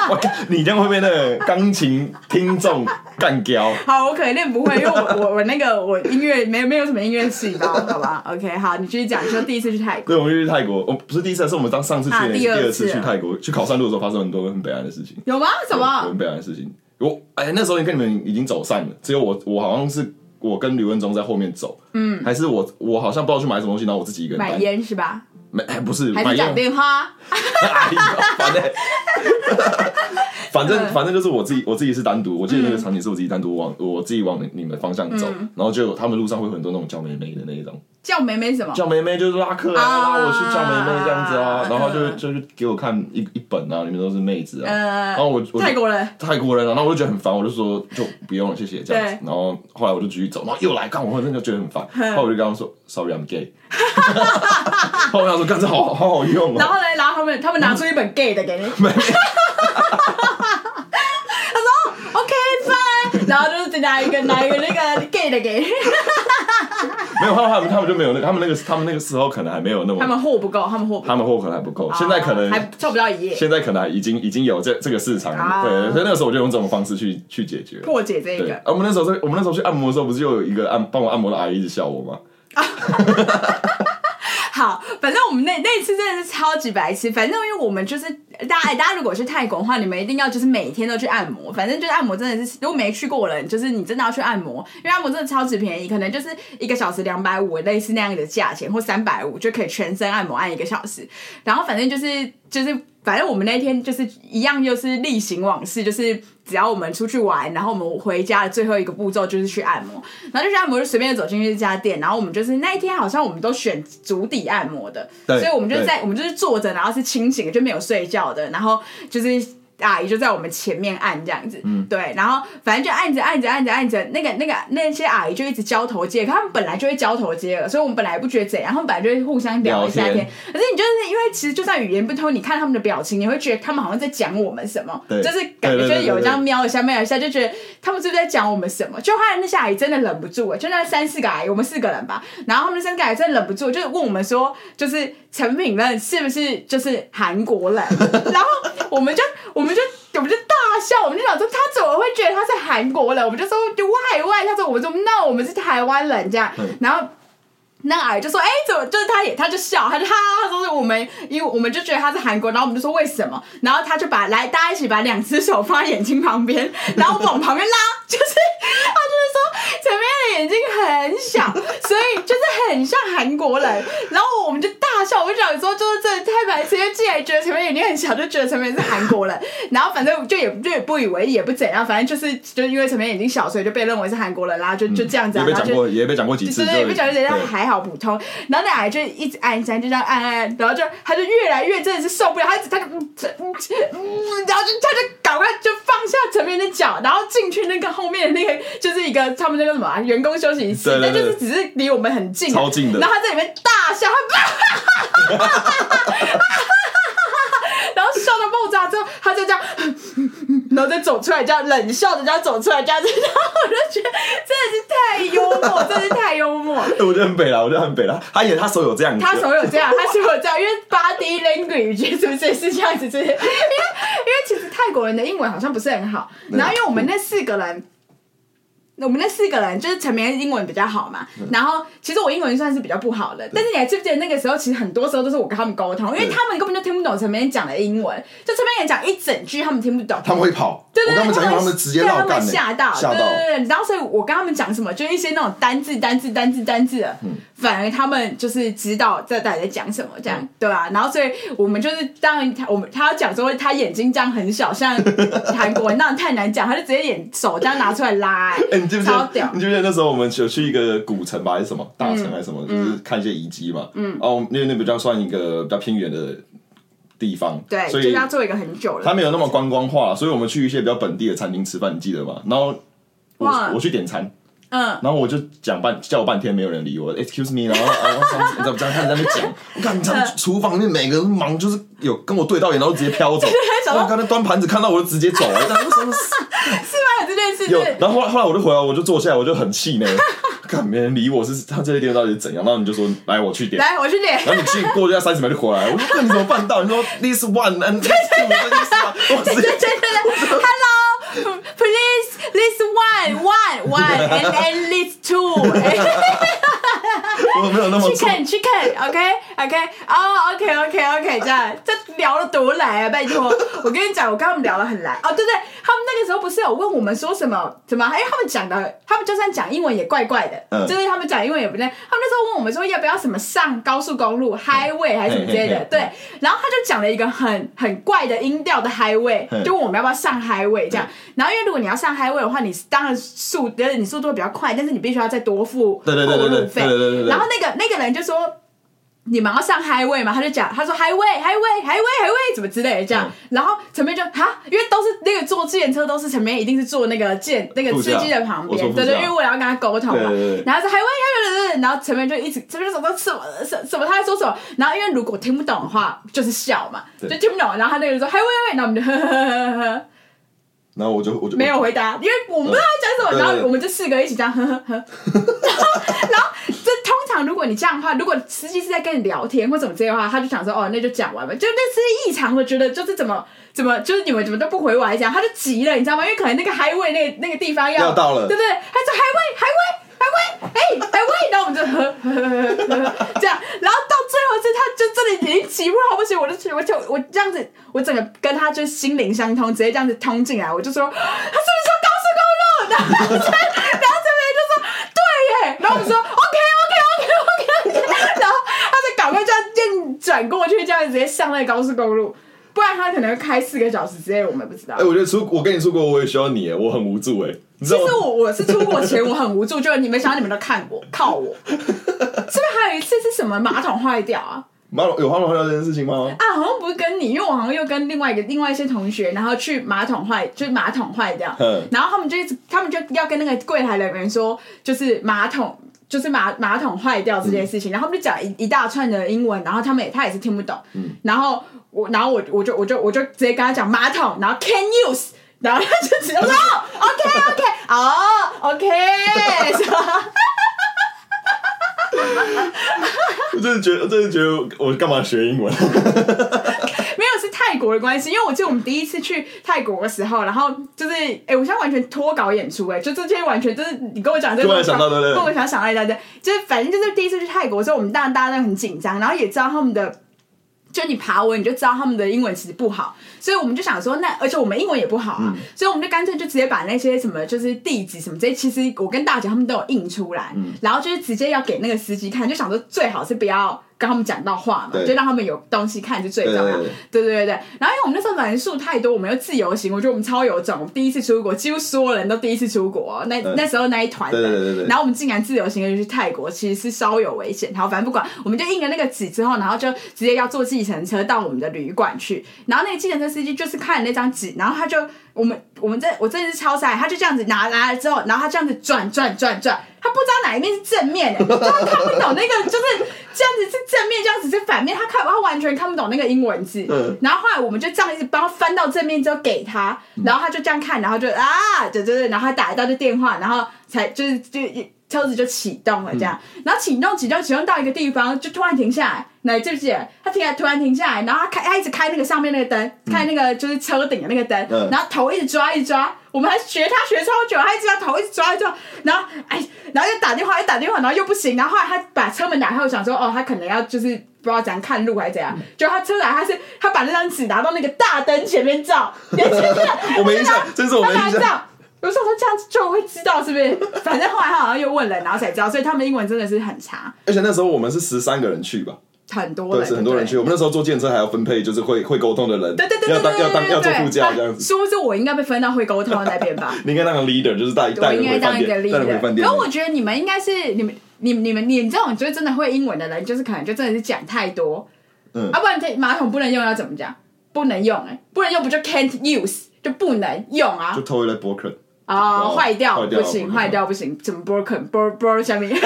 Speaker 1: 哇，你这样会被那个钢琴听众干掉。
Speaker 2: 好，我可能练不会，因为我我我那个我音乐没有没有什么音乐细胞，好吧？OK，好，你继续讲，说第一次去泰国
Speaker 1: 对，我们去泰国，我不是第一次，是我们当上次去
Speaker 2: 啊
Speaker 1: 年
Speaker 2: 第二
Speaker 1: 二
Speaker 2: 次
Speaker 1: 次去泰国去考山路的时候，发生很多很悲哀的事情。
Speaker 2: 有吗？什
Speaker 1: 我
Speaker 2: 么？
Speaker 1: 们北岸的事情。我哎、那时候跟你们已经走散了，只有我，我好像是我跟吕文忠在后面走，嗯，还是我，我好像不知道去买什么东西，然后我自己一个人
Speaker 2: 买
Speaker 1: 单，
Speaker 2: 烟是吧？
Speaker 1: 没，哎、不是
Speaker 2: 还
Speaker 1: 买
Speaker 2: 是讲
Speaker 1: 烟，
Speaker 2: 电话？
Speaker 1: 哎呀，反正反 正
Speaker 2: 嗯
Speaker 1: 反正就是我自己，我自己是单独，我记得那个场景是我自己单独往我自己往你们方向走，
Speaker 2: 嗯
Speaker 1: 然后就他们路上会有很多那种叫妹妹的那一种，
Speaker 2: 叫梅梅什么？
Speaker 1: 叫妹妹就是拉客啊，
Speaker 2: 啊
Speaker 1: 拉我去叫妹妹这样子啊，然后就
Speaker 2: 嗯
Speaker 1: 就是给我看一一本啊，里面都是妹子啊，
Speaker 2: 呃
Speaker 1: 然后我我
Speaker 2: 泰国人。
Speaker 1: 泰国人啊，然后我就觉得很烦，我就说就不用了，谢谢这样子。然后后来我就继续走，然后又来干，我真的觉得很烦。
Speaker 2: 嗯
Speaker 1: 后来我就跟他们说，sorry，I'm gay。后来我想说，干这好好好用
Speaker 2: 然
Speaker 1: 哦。
Speaker 2: 后呢，然后他们他们拿出一本 gay 的给你，
Speaker 1: 没
Speaker 2: OK fine，然后 就是拿一个拿一个那个 gay 的给你，
Speaker 1: 没有，他们他们就没有那个，他们那个他们那个时候可能还没有那
Speaker 2: 他
Speaker 1: 么，
Speaker 2: 们货不够，他们货不够，啊
Speaker 1: 他们货可能还不够，现在可
Speaker 2: 还
Speaker 1: 能
Speaker 2: 凑不到一页，
Speaker 1: 现在可能已经已经有这这个市场
Speaker 2: 啊
Speaker 1: 了，对，所以那个时候我就用这种方式去去解决。
Speaker 2: 破解这一
Speaker 1: 对，
Speaker 2: 个
Speaker 1: 啊，我们那时候在我们那时候去按摩的时候，不是又有一个按帮我按摩的阿姨一直笑我吗？
Speaker 2: 好，反正我们那那一次真的是超级白痴。反正因为我们就是大家，大家如果去泰国的话，你们一定要就是每天都去按摩。反正就是按摩真的是，如果没去过的人，就是你真的要去按摩，因为按摩真的超级便宜，可能就是一个小时两百五，类似那样的价钱，或三百五就可以全身按摩按一个小时。然后反正就是就是。反正我们那天就是一样，又是例行往事，就是只要我们出去玩，然后我们回家的最后一个步骤就是去按摩，然后就去按摩就随便走进去这家店，然后我们就是那一天好像我们都选足底按摩的，
Speaker 1: 对
Speaker 2: 所以我们就是
Speaker 1: 对
Speaker 2: 在我们就是坐着，然后是清醒的，就没有睡觉的，然后就是。阿姨就在我们前面按这样子，对，然后反正就按着按着按着按着，那个那个那些阿姨就一直交头接耳，可他们本来就会交头接耳，所以我们本来也不觉得怎样，他们本来就会互相聊一下
Speaker 1: 聊天
Speaker 2: 可是你就是因为其实就算语言不通，你看他们的表情，你会觉得他们好像在讲我们什么，
Speaker 1: 对
Speaker 2: 就是感
Speaker 1: 对
Speaker 2: 觉
Speaker 1: 对对
Speaker 2: 就是有
Speaker 1: 对
Speaker 2: 这样瞄一下瞄一下，就觉得他们是不是在讲我们什么？就后来那些阿姨真的忍不住了，就那三四个阿姨，我们四个人吧，然后他们那三个阿姨真的忍不住，就是问我们说，就是陈品任是不是就是韩国 人？然后我们就我们就。我们就大笑，我们就想说他怎么会觉得他是韩国人？我们就说就外外，他说我们说 no，我们是台湾人这样
Speaker 1: 嗯。
Speaker 2: 然后那个阿姨就说：“哎、怎么？”就是他也，他就笑，他就哈哈，他说我们，因为我们就觉得他是韩国，然后我们就说为什么？然后他就把来大家一起把两只手放在眼睛旁边，然后往旁边拉，就是他就是说前面的眼睛很小，所以就是很像韩国人。然后我们就大笑，我就想说，就是这太白痴，因为既然觉得前面眼睛很小，就觉得前面是韩国人。然后反正就也就也不以为意也不怎样，反正就是就是因为前面眼睛小，所以就被认为是韩国人啦，就就这样子、啊，
Speaker 1: 也被
Speaker 2: 然后
Speaker 1: 讲
Speaker 2: 就
Speaker 1: 过，也被讲过几次，
Speaker 2: 对对，
Speaker 1: 就
Speaker 2: 不小心人家
Speaker 1: 对
Speaker 2: 还好普通，然后那矮就一直按一直按，就这样按按，按，然后就他就越来越真的是受不了，他一直他就嗯这嗯这嗯，然后就他就赶快就放下陈面的脚，然后进去那个后面的那个就是一个他们那个什么啊、员工休息室，
Speaker 1: 对
Speaker 2: 那
Speaker 1: 对
Speaker 2: 就
Speaker 1: 对
Speaker 2: 是只是离我们很近，
Speaker 1: 超近的
Speaker 2: 然后他在里面大笑，他 然后笑到爆炸之后，他就这样，然后再走出来，这样冷笑着这样走出来，这样子，然后我就觉得真的是太幽默，真的是太幽默。
Speaker 1: 对我觉得很北啦，我觉得很北啦。他演他手有这样子，
Speaker 2: 他手有这样，他手有这样，因为 body language 是不是是这样 子？就是因为因为其实泰国人的英文好像不是很好，
Speaker 1: 对
Speaker 2: 然后因为我们那四个人。我们那四个人就是陈明恩英文比较好嘛，然后其实我英文算是比较不好的，但是你还记不记得那个时候，其实很多时候都是我跟他们沟通，因为
Speaker 1: 对
Speaker 2: 他们根本就听不懂陈明恩讲的英文，就陈明恩讲一整句他们听不懂，
Speaker 1: 他们会跑，
Speaker 2: 对
Speaker 1: 我
Speaker 2: 对对，
Speaker 1: 跟他们讲英文，他
Speaker 2: 会
Speaker 1: 们直接
Speaker 2: 对
Speaker 1: 绕
Speaker 2: 他
Speaker 1: 干
Speaker 2: 们
Speaker 1: 欸，
Speaker 2: 吓到，
Speaker 1: 吓
Speaker 2: 对
Speaker 1: 到，
Speaker 2: 对对。然后所以我跟他们讲什么，就是一些那种单字、单字、单字、单字的，
Speaker 1: 嗯
Speaker 2: 反而他们就是知道在大家在讲什么，这样、
Speaker 1: 嗯
Speaker 2: 对吧、然后所以我们就是当然他我们他要讲说他眼睛这样很小，像韩国人那样太难讲，他就直接眼手这样拿出来 拉、
Speaker 1: 哎、你记不记
Speaker 2: 超
Speaker 1: 得
Speaker 2: 屌？嗯
Speaker 1: 你记不记得那时候我们有去一个古城吧，还是什么大城还是什么，就是看一些遗迹嘛。嗯，哦，那那比较算一个比较偏远的地方，
Speaker 2: 对，
Speaker 1: 所
Speaker 2: 就是
Speaker 1: 以
Speaker 2: 要做一个很久
Speaker 1: 它
Speaker 2: 了。
Speaker 1: 没有那么观光化，所以我们去一些比较本地的餐厅吃饭，你记得吗？然后
Speaker 2: 哇
Speaker 1: 我我去点餐，
Speaker 2: 嗯，
Speaker 1: 然后我就讲半叫我半天，没有人理我。Excuse me，然后啊，我想你怎么这样看在那边讲？我看你知道
Speaker 2: 嗯
Speaker 1: 厨房里面每个人忙，就是有跟我对到眼，然后直接飘 走。
Speaker 2: 想说
Speaker 1: 我刚才端盘子看到我就直接走了，我想说什么事
Speaker 2: 是吗？有这件事
Speaker 1: 有
Speaker 2: 是，
Speaker 1: 然后后来后来我就回来，我就坐下来，我就很气馁， 看没人理我是他这些店到底是怎样，然后你就说来我去点，
Speaker 2: 来我去点。
Speaker 1: 然后你去过去三十秒就回来，我说那你怎么办到？你说 this one and this two 这意思吗？我
Speaker 2: 对
Speaker 1: 直
Speaker 2: 对
Speaker 1: 接
Speaker 2: 对对，Hello, please, this one, one, one, and and this two.
Speaker 1: 我没有那么做，
Speaker 2: Chicken, chicken, OK, OK, 哦、o k OK, OK，这样这聊了多来啊！拜托， 我跟你讲，我跟他们聊得很来。哦，对对，他们那个时候不是有问我们说什么怎么？哎，他们讲的，他们就算讲英文也怪怪的，
Speaker 1: 嗯
Speaker 2: 就是他们讲英文也不对。他们那时候问我们说要不要什么上高速公路 highway 还是什么之
Speaker 1: 嘿
Speaker 2: 类
Speaker 1: 嘿
Speaker 2: 的
Speaker 1: 嘿，
Speaker 2: 对。然后他就讲了一个很很怪的音调的 highway，
Speaker 1: 嗯
Speaker 2: 就问我们要不要上 highway 这样。然后因为如果你要上 highway 的话，你当然速，就是你速度会比较快，但是你必须要再多付
Speaker 1: 对对对对对
Speaker 2: 过路费
Speaker 1: 对对对对对
Speaker 2: 然后那个那个人就说。你们要上 highway 吗？他就讲，他说 highway highway highway highway 怎么之类的
Speaker 1: 嗯
Speaker 2: 这样，然后陈面就哈，因为都是那个坐自行车都是陈面一定是坐那个见那个
Speaker 1: 副
Speaker 2: 司
Speaker 1: 驾
Speaker 2: 机的旁
Speaker 1: 我坐
Speaker 2: 边，
Speaker 1: 副
Speaker 2: 对对，
Speaker 1: 驾
Speaker 2: 因为我也要跟他沟通
Speaker 1: 对
Speaker 2: 嘛，
Speaker 1: 对对
Speaker 2: 然后说哎 highway highway，然后陈面就一直陈面就说什么什什么他在说什么，然后因为如果听不懂的话就是笑嘛，就
Speaker 1: 对
Speaker 2: 听不懂，然后他那个人说 highway highway，然后我们就呵 呵呵呵呵。
Speaker 1: 然后我就我就
Speaker 2: 没有回答，因为我们不知道他讲什么，
Speaker 1: 对
Speaker 2: 然后
Speaker 1: 对对
Speaker 2: 我们就四个一起这样呵呵 呵，然后然后这通常如果你这样的话，如果司机是在跟你聊天或怎么这些话，他就想说哦那就讲完吧，就那司机异常，我觉得就是怎么怎么就是你们怎么都不回我来讲，他就急了，你知道吗？因为可能那个 highway 那个那个地方要
Speaker 1: 要到了
Speaker 2: 对不对？他说 highway highway。highway 哎 highway，然后我们就呵呵呵呵呵这样，然后到最后是他就真的已经急不好不行，我就我就我这样子，我整个跟他就心灵相通，直接这样子通进来，我就说他是不是说高速公路？然后然后这边就说对耶，然后我们说 OK OK OK OK，然后他就赶快这样硬转过去，这样直接上那个高速公路，不然他可能会开四个小时之类，我们不知道
Speaker 1: 哎、。我觉得出我跟你出国，我也需要你耶，我很无助哎，你知道
Speaker 2: 其实
Speaker 1: 我
Speaker 2: 我我是出国前我很无助， 就是你们想到你们都看我靠我，是不是还有一次是什么马桶坏掉啊？
Speaker 1: 马桶有马桶坏掉这件事情吗？
Speaker 2: 啊，好像不是跟你，因为我好像又跟另外一个另外一些同学，然后去马桶坏，就是马桶坏掉
Speaker 1: 嗯，
Speaker 2: 然后他们就一直，他们就要跟那个柜台人员说，就是马桶。就是马马桶坏掉这件事情，然后他们就讲一一大串的英文，然后他们也他也是听不懂，然后我然后我我就我就我就直接跟他讲马桶，然后 can use，然后他就直接说哦 OK OK 哦 OK，
Speaker 1: 我真的觉得，我真的觉得我干嘛学英文？
Speaker 2: 没有是泰国的关系，因为我记得我们第一次去泰国的时候，然后就是，哎、我现在完全脱稿演出、哎，就这些完全就是你跟我讲这个，
Speaker 1: 突然想到对不对
Speaker 2: 跟我想想到一大堆，就是反正就是第一次去泰国的时候，我们当然大家都很紧张，然后也知道他们的。就你爬文，你就知道他们的英文其实不好，所以我们就想说，那而且我们英文也不好啊，
Speaker 1: 嗯
Speaker 2: 所以我们就干脆就直接把那些什么就是地址什么这些，其实我跟大姐他们都有印出来，
Speaker 1: 嗯
Speaker 2: 然后就是直接要给那个司机看，就想说最好是不要跟他们讲到话嘛，
Speaker 1: 对
Speaker 2: 就让他们有东西看是最重要
Speaker 1: 对对
Speaker 2: 的
Speaker 1: 对。
Speaker 2: 对对对对，然后因为我们那时候人数太多，我们又自由行，我觉得我们超有种，我们第一次出国，几乎所有人都第一次出国，那、
Speaker 1: 嗯
Speaker 2: 那时候那一团
Speaker 1: 对
Speaker 2: 的，
Speaker 1: 对对对对
Speaker 2: 然后我们竟然自由行就去泰国，其实是稍有危险，好，反正不管，我们就印了那个纸之后，然后就直接要坐计程车到我们的旅馆去，然后那个计程车司机就是看了那张纸，然后他就我们我们这我真的是超傻眼，他就这样子拿拿了之后，然后他这样子转转转转。他不知道哪一面是正面、欸， 他看不懂那个就是这样子是正面，这样子是反面，他看他完全看不懂那个英文字。
Speaker 1: 嗯
Speaker 2: 然后后来我们就这样一直帮他翻到正面之后给他，
Speaker 1: 嗯
Speaker 2: 然后他就这样看，然后就啊，对对对，然后他打一道就电话，然后才就是就一车子就启动了这样，
Speaker 1: 嗯
Speaker 2: 然后启动启动启动到一个地方，就突然停下来。那记不记得他停下来突然停下来，然后他开他一直开那个上面那个灯，开那个就是车顶的那个灯，
Speaker 1: 嗯
Speaker 2: 然后头一直抓一直抓，我们还学他学超久，他一直要头一直抓一直抓，然后哎，然后又打电话又打电话，然后又不行，然后后来他把车门打开，我想说哦，他可能要就是。不知道怎样看路还是怎样，就他车来，他是他把那张纸拿到那个大灯前面照，你还记得
Speaker 1: 我没印 象
Speaker 2: 啊
Speaker 1: 这是我没印象
Speaker 2: 他拿照有时候说这样子就会知道是不是？反正后来他好像又问了，然后才知道，所以他们英文真的是很差，
Speaker 1: 而且那时候我们是十三个人去吧，
Speaker 2: 很多
Speaker 1: 对，
Speaker 2: 人，
Speaker 1: 是很多人去。我们那时候坐电车还要分配，就是会会沟通的人，
Speaker 2: 对。对对对
Speaker 1: 要
Speaker 2: 对
Speaker 1: 当
Speaker 2: 对对
Speaker 1: 要当
Speaker 2: 对，啊
Speaker 1: 要做副驾这样子。
Speaker 2: 是不是我应该被分到会沟通的那边吧？
Speaker 1: 你应该当个 leader，就是带
Speaker 2: 我
Speaker 1: 带人
Speaker 2: 应该
Speaker 1: 回饭
Speaker 2: 当一个
Speaker 1: 店，带人回饭
Speaker 2: leader。
Speaker 1: 店
Speaker 2: 可。我觉得你们应该是你们、你们、你们、你这种就是真的会英文的人，就是可能就真的是讲太多，啊
Speaker 1: 嗯
Speaker 2: 要、不然这马桶不能用要怎么讲？不能用哎、不能用不就 can't use 就不能用啊
Speaker 1: 就？偷一来 b r o k e r
Speaker 2: 啊，
Speaker 1: 哦
Speaker 2: 坏掉
Speaker 1: 坏掉
Speaker 2: 不行，
Speaker 1: 不能
Speaker 2: 坏掉不行，怎么 broken bro bro 下面。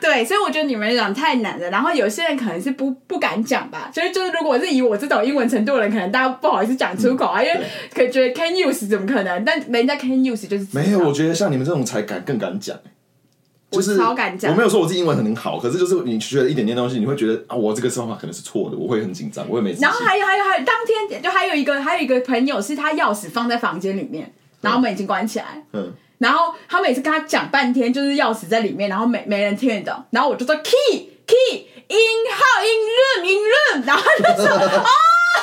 Speaker 2: 对，所以我觉得你们讲太难了。然后有些人可能是不不敢讲吧，就是就是，如果是以我这种英文程度的人，可能大家不好意思讲出口
Speaker 1: 嗯
Speaker 2: 啊，因为可觉得 can use 怎么可能？但人家 can use 就是知道
Speaker 1: 没有，我觉得像你们这种才敢更敢讲、就是
Speaker 2: 我超敢讲
Speaker 1: 我没有说我自己英文很好，可是就是你学了一点点东西，你会觉得啊，我这个说法可能是错的，我会很紧张，我会没自信
Speaker 2: 然。后还有还有还有，当天就还有一个还有一个朋友是他钥匙放在房间里面，然后门已经关起来了。
Speaker 1: 嗯，
Speaker 2: 然后他每次跟他讲半天，就是钥匙在里面，然后没没人听得懂。然后我就说 key key in how in room in room，然后 他就说哦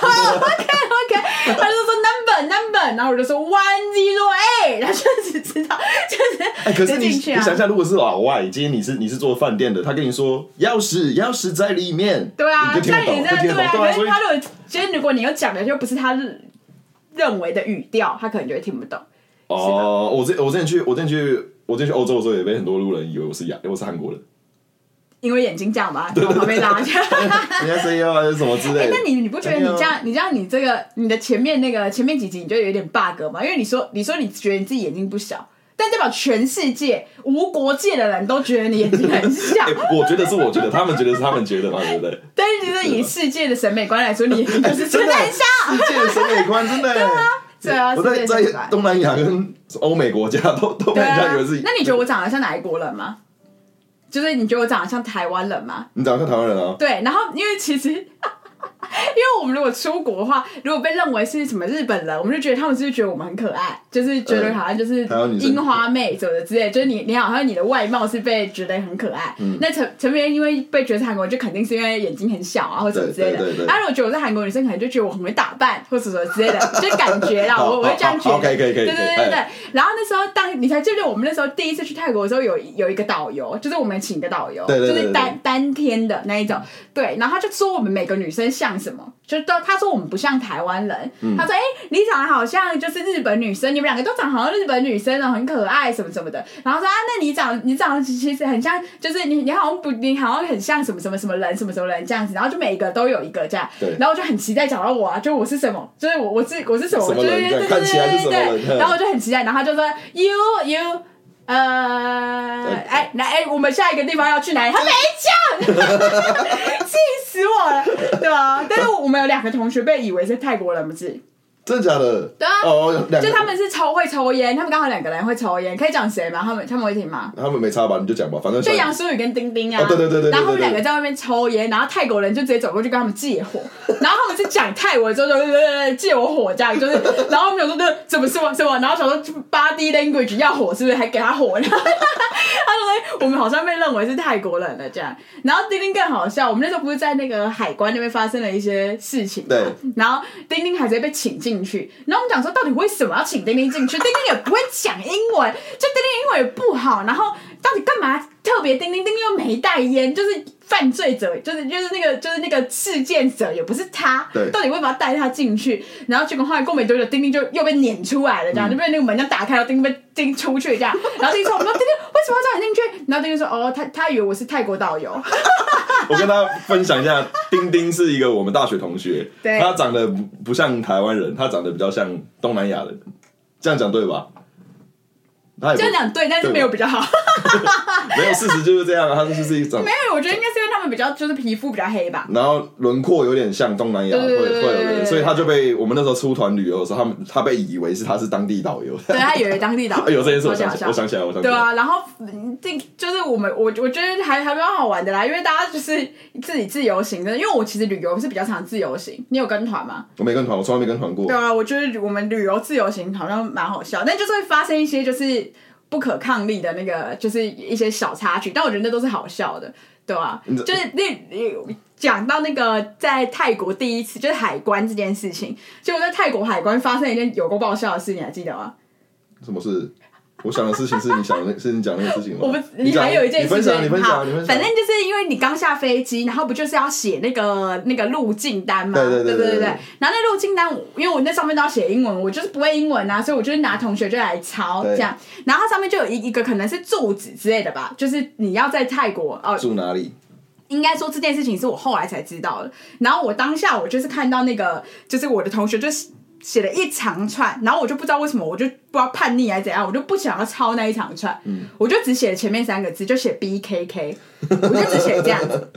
Speaker 2: OK OK，他就说 number number，然后我就说 one zero eight，然后就只知道就是
Speaker 1: 哎、可是你、
Speaker 2: 就
Speaker 1: 你
Speaker 2: 进去啊
Speaker 1: 想一。下，如果是老外，今天你是你是做饭店的，他跟你说钥匙钥匙在里面，
Speaker 2: 对啊，
Speaker 1: 你就听
Speaker 2: 但
Speaker 1: 得
Speaker 2: 你
Speaker 1: 懂，
Speaker 2: 真
Speaker 1: 会
Speaker 2: 的
Speaker 1: 听得
Speaker 2: 对
Speaker 1: 懂，对
Speaker 2: 啊，可
Speaker 1: 啊，所
Speaker 2: 是
Speaker 1: 以
Speaker 2: 他如果今天如果你要讲的就不是他认为的语调，他可能就会听不懂。
Speaker 1: 哦，我之我之前去我之前去我之前去欧洲的时候，也被很多路人以为我是亚我是韩国人，
Speaker 2: 因为眼睛这样吧，往旁边拉去。
Speaker 1: 人家 C 啊还是什么之类
Speaker 2: 哎、
Speaker 1: 的。
Speaker 2: 那你你不觉得你
Speaker 1: 哎
Speaker 2: 这样，你这样，你这个你的前面那个前面几集你就有点 bug 吗？因为你说你说你觉得你自己眼睛不小，但代表全世界无国界的人都觉得你眼睛很小
Speaker 1: 哎、，我觉得是我觉得，他们觉得是他们觉得嘛，对不 对？
Speaker 2: 但是就是以世界的审美观来说，你眼睛就是真的很小。
Speaker 1: 世界的审美观真的。对啊
Speaker 2: 啊对啊
Speaker 1: 我在
Speaker 2: 世界的审美
Speaker 1: 在
Speaker 2: 观
Speaker 1: 东南亚跟欧美国家都 都被
Speaker 2: 对
Speaker 1: 人家
Speaker 2: 啊
Speaker 1: 以为是，
Speaker 2: 那你觉得我长得像哪一国人吗？就是你觉得我长得像台湾人吗？
Speaker 1: 你长得像台湾人啊？
Speaker 2: 对，然后因为其实，因 为我们如果出国的话，如果被认为是什么日本人，我们就觉得他们是不是觉得我们很可爱，就是觉得好像就是
Speaker 1: 台湾女生
Speaker 2: 樱花妹什么的之类，就是你你好像你的外貌是被觉得很可爱。
Speaker 1: 嗯
Speaker 2: 那陈陈明因为被觉得是韩国人，就肯定是因为眼睛很小啊，或者什么之类的。
Speaker 1: 对对对对
Speaker 2: 啊，如果觉得我是韩国女生，可能就觉得我很会打扮，或者什么之类的，就感觉 啦，
Speaker 1: 好
Speaker 2: 我我会这样觉
Speaker 1: 好
Speaker 2: 得。
Speaker 1: 好可以可以可以
Speaker 2: 对对对
Speaker 1: 可以
Speaker 2: 对对
Speaker 1: 哎。
Speaker 2: 然后那时候当你才记得我们那时候第一次去泰国的时候，有有一个导游，就是我们请一个导游，
Speaker 1: 对对对
Speaker 2: 就
Speaker 1: 对
Speaker 2: 是单单天的那一种，对，然后他就说我们每个女生像什么？就是都他说我们不像台湾人，
Speaker 1: 嗯
Speaker 2: 他说哎、你长得好像就是日本女生，你们两个都长得好像日本女生哦，很可爱什么什么的。然后说啊，那你长你长得其实很像，就是你你好像不你好像很像什么什么什么人什么什么人这样子。然后就每一个都有一个这样
Speaker 1: 对，
Speaker 2: 然后我就很期待找到我啊，就我是什么，就是我我是我是什么，
Speaker 1: 什么
Speaker 2: 就是
Speaker 1: 人
Speaker 2: 对对
Speaker 1: 看起来是什么人
Speaker 2: 对对
Speaker 1: 嗯
Speaker 2: 然后我就很期待，然后他就说 you you。呃，哎，来，哎，我们下一个地方要去哪里？他没 讲，气死我了，对啊，但是我们有两个同学被以为是泰国人，不是？
Speaker 1: 真的假的？
Speaker 2: 对啊
Speaker 1: 哦，两个
Speaker 2: 就他们是抽会抽烟，他们刚好两个人会抽烟，可以讲谁吗？他们他们会听吗？
Speaker 1: 他们没差吧？你就讲吧，反正
Speaker 2: 就杨舒雨跟丁丁啊，
Speaker 1: 哦对对对对对对
Speaker 2: 然后他们两个在外面抽烟，然后泰国人就直接走过去跟他们借火， 然后他们是讲泰文之后就呃借我火这样，就是， 然后我们想说这怎么是我是我，然后想说 body language 要火是不是还给他火呢？然 后他说哎我们好像被认为是泰国人了这样，然后丁丁更好笑，我们那时候不是在那个海关那边发生了一些事情吗，
Speaker 1: 对
Speaker 2: 然后丁丁还直接被请进去，然后我们讲说到底为什么要请丁丁进去？丁丁也不会讲英文，就丁丁英文也不好，然后到底干嘛特别丁丁？丁丁又没带烟，就是犯罪者，就是就是那个就是那个事件者，也不是他，
Speaker 1: 对
Speaker 2: 到底为什么要带他进去？然后结果后来过没多久，丁丁就又被撵出来了，这样、就被那个门这样打开了，丁丁被丁出去这样，然后丁丁说：“我们哦说丁丁为什么要叫你进去？”然后丁丁说：“哦，他他以为我是泰国导游。”
Speaker 1: 我跟大家分享一下，丁丁是一个我们大学同学，
Speaker 2: 对
Speaker 1: 他长得不像台湾人，他长得比较像东南亚人，这样讲对吧？他也
Speaker 2: 这
Speaker 1: 不
Speaker 2: 样讲对，但是没有比较好。
Speaker 1: 没有事实就是这样啊，他就是一长
Speaker 2: 没，有，我觉得应该是因为他们比较就是皮肤比较 黑吧。
Speaker 1: 然后轮廓有点像东南亚会
Speaker 2: 对对对
Speaker 1: 会有
Speaker 2: 对对
Speaker 1: 人，所以他就被我们那时候出团旅游的时候，他们他被以为是他是当地导游，
Speaker 2: 对他以为当地导游，
Speaker 1: 有这件事我想
Speaker 2: 超
Speaker 1: 起
Speaker 2: 级
Speaker 1: 来，
Speaker 2: 好
Speaker 1: 我
Speaker 2: 笑
Speaker 1: 想起来，我想起
Speaker 2: 对
Speaker 1: 来，
Speaker 2: 啊，然后嗯这就是我们我我觉得还还蛮好玩的啦，因为大家就是自己自由行真的，因为我其实旅游是比较常自由行，你有跟团吗？
Speaker 1: 我没跟团，我从来没跟团过
Speaker 2: 对，啊，我觉得我们旅游自由行好像蛮好笑，但就是会发生一些就是不可抗力的那个，就是一些小插曲，但我觉得那都是好笑的，对吧、
Speaker 1: 你这
Speaker 2: 就是那你讲到那个在泰国第一次就是海关这件事情，就我在泰国海关发生一件有过爆笑的事，你还记得吗？
Speaker 1: 什么事？我想的事情是你想的，是你讲那个事情吗？
Speaker 2: 我们
Speaker 1: 你
Speaker 2: 你
Speaker 1: 讲
Speaker 2: 还有一件
Speaker 1: 你
Speaker 2: 事
Speaker 1: 分享，你
Speaker 2: 情，
Speaker 1: 分
Speaker 2: 好
Speaker 1: 享，你分，享
Speaker 2: 反正就是因为你刚下飞机，然后不就是要写那个那个入境单吗？
Speaker 1: 对对
Speaker 2: 对
Speaker 1: 对对
Speaker 2: 对
Speaker 1: 对
Speaker 2: 然后那入境单，因为我那上面都要写英文，我就是不会英文啊，所以我就是拿同学就来抄
Speaker 1: 对
Speaker 2: 这样。然后它上面就有一一个可能是住址之类的吧，就是你要在泰国哦，
Speaker 1: 住哪里？
Speaker 2: 应该说这件事情是我后来才知道的。然后我当下我就是看到那个，就是我的同学就写了一长串，然后我就不知道为什么，我就不知道叛逆还是怎样，我就不想要抄那一长串，我就只写了前面三个字，就写 B K K，我就只写这样子。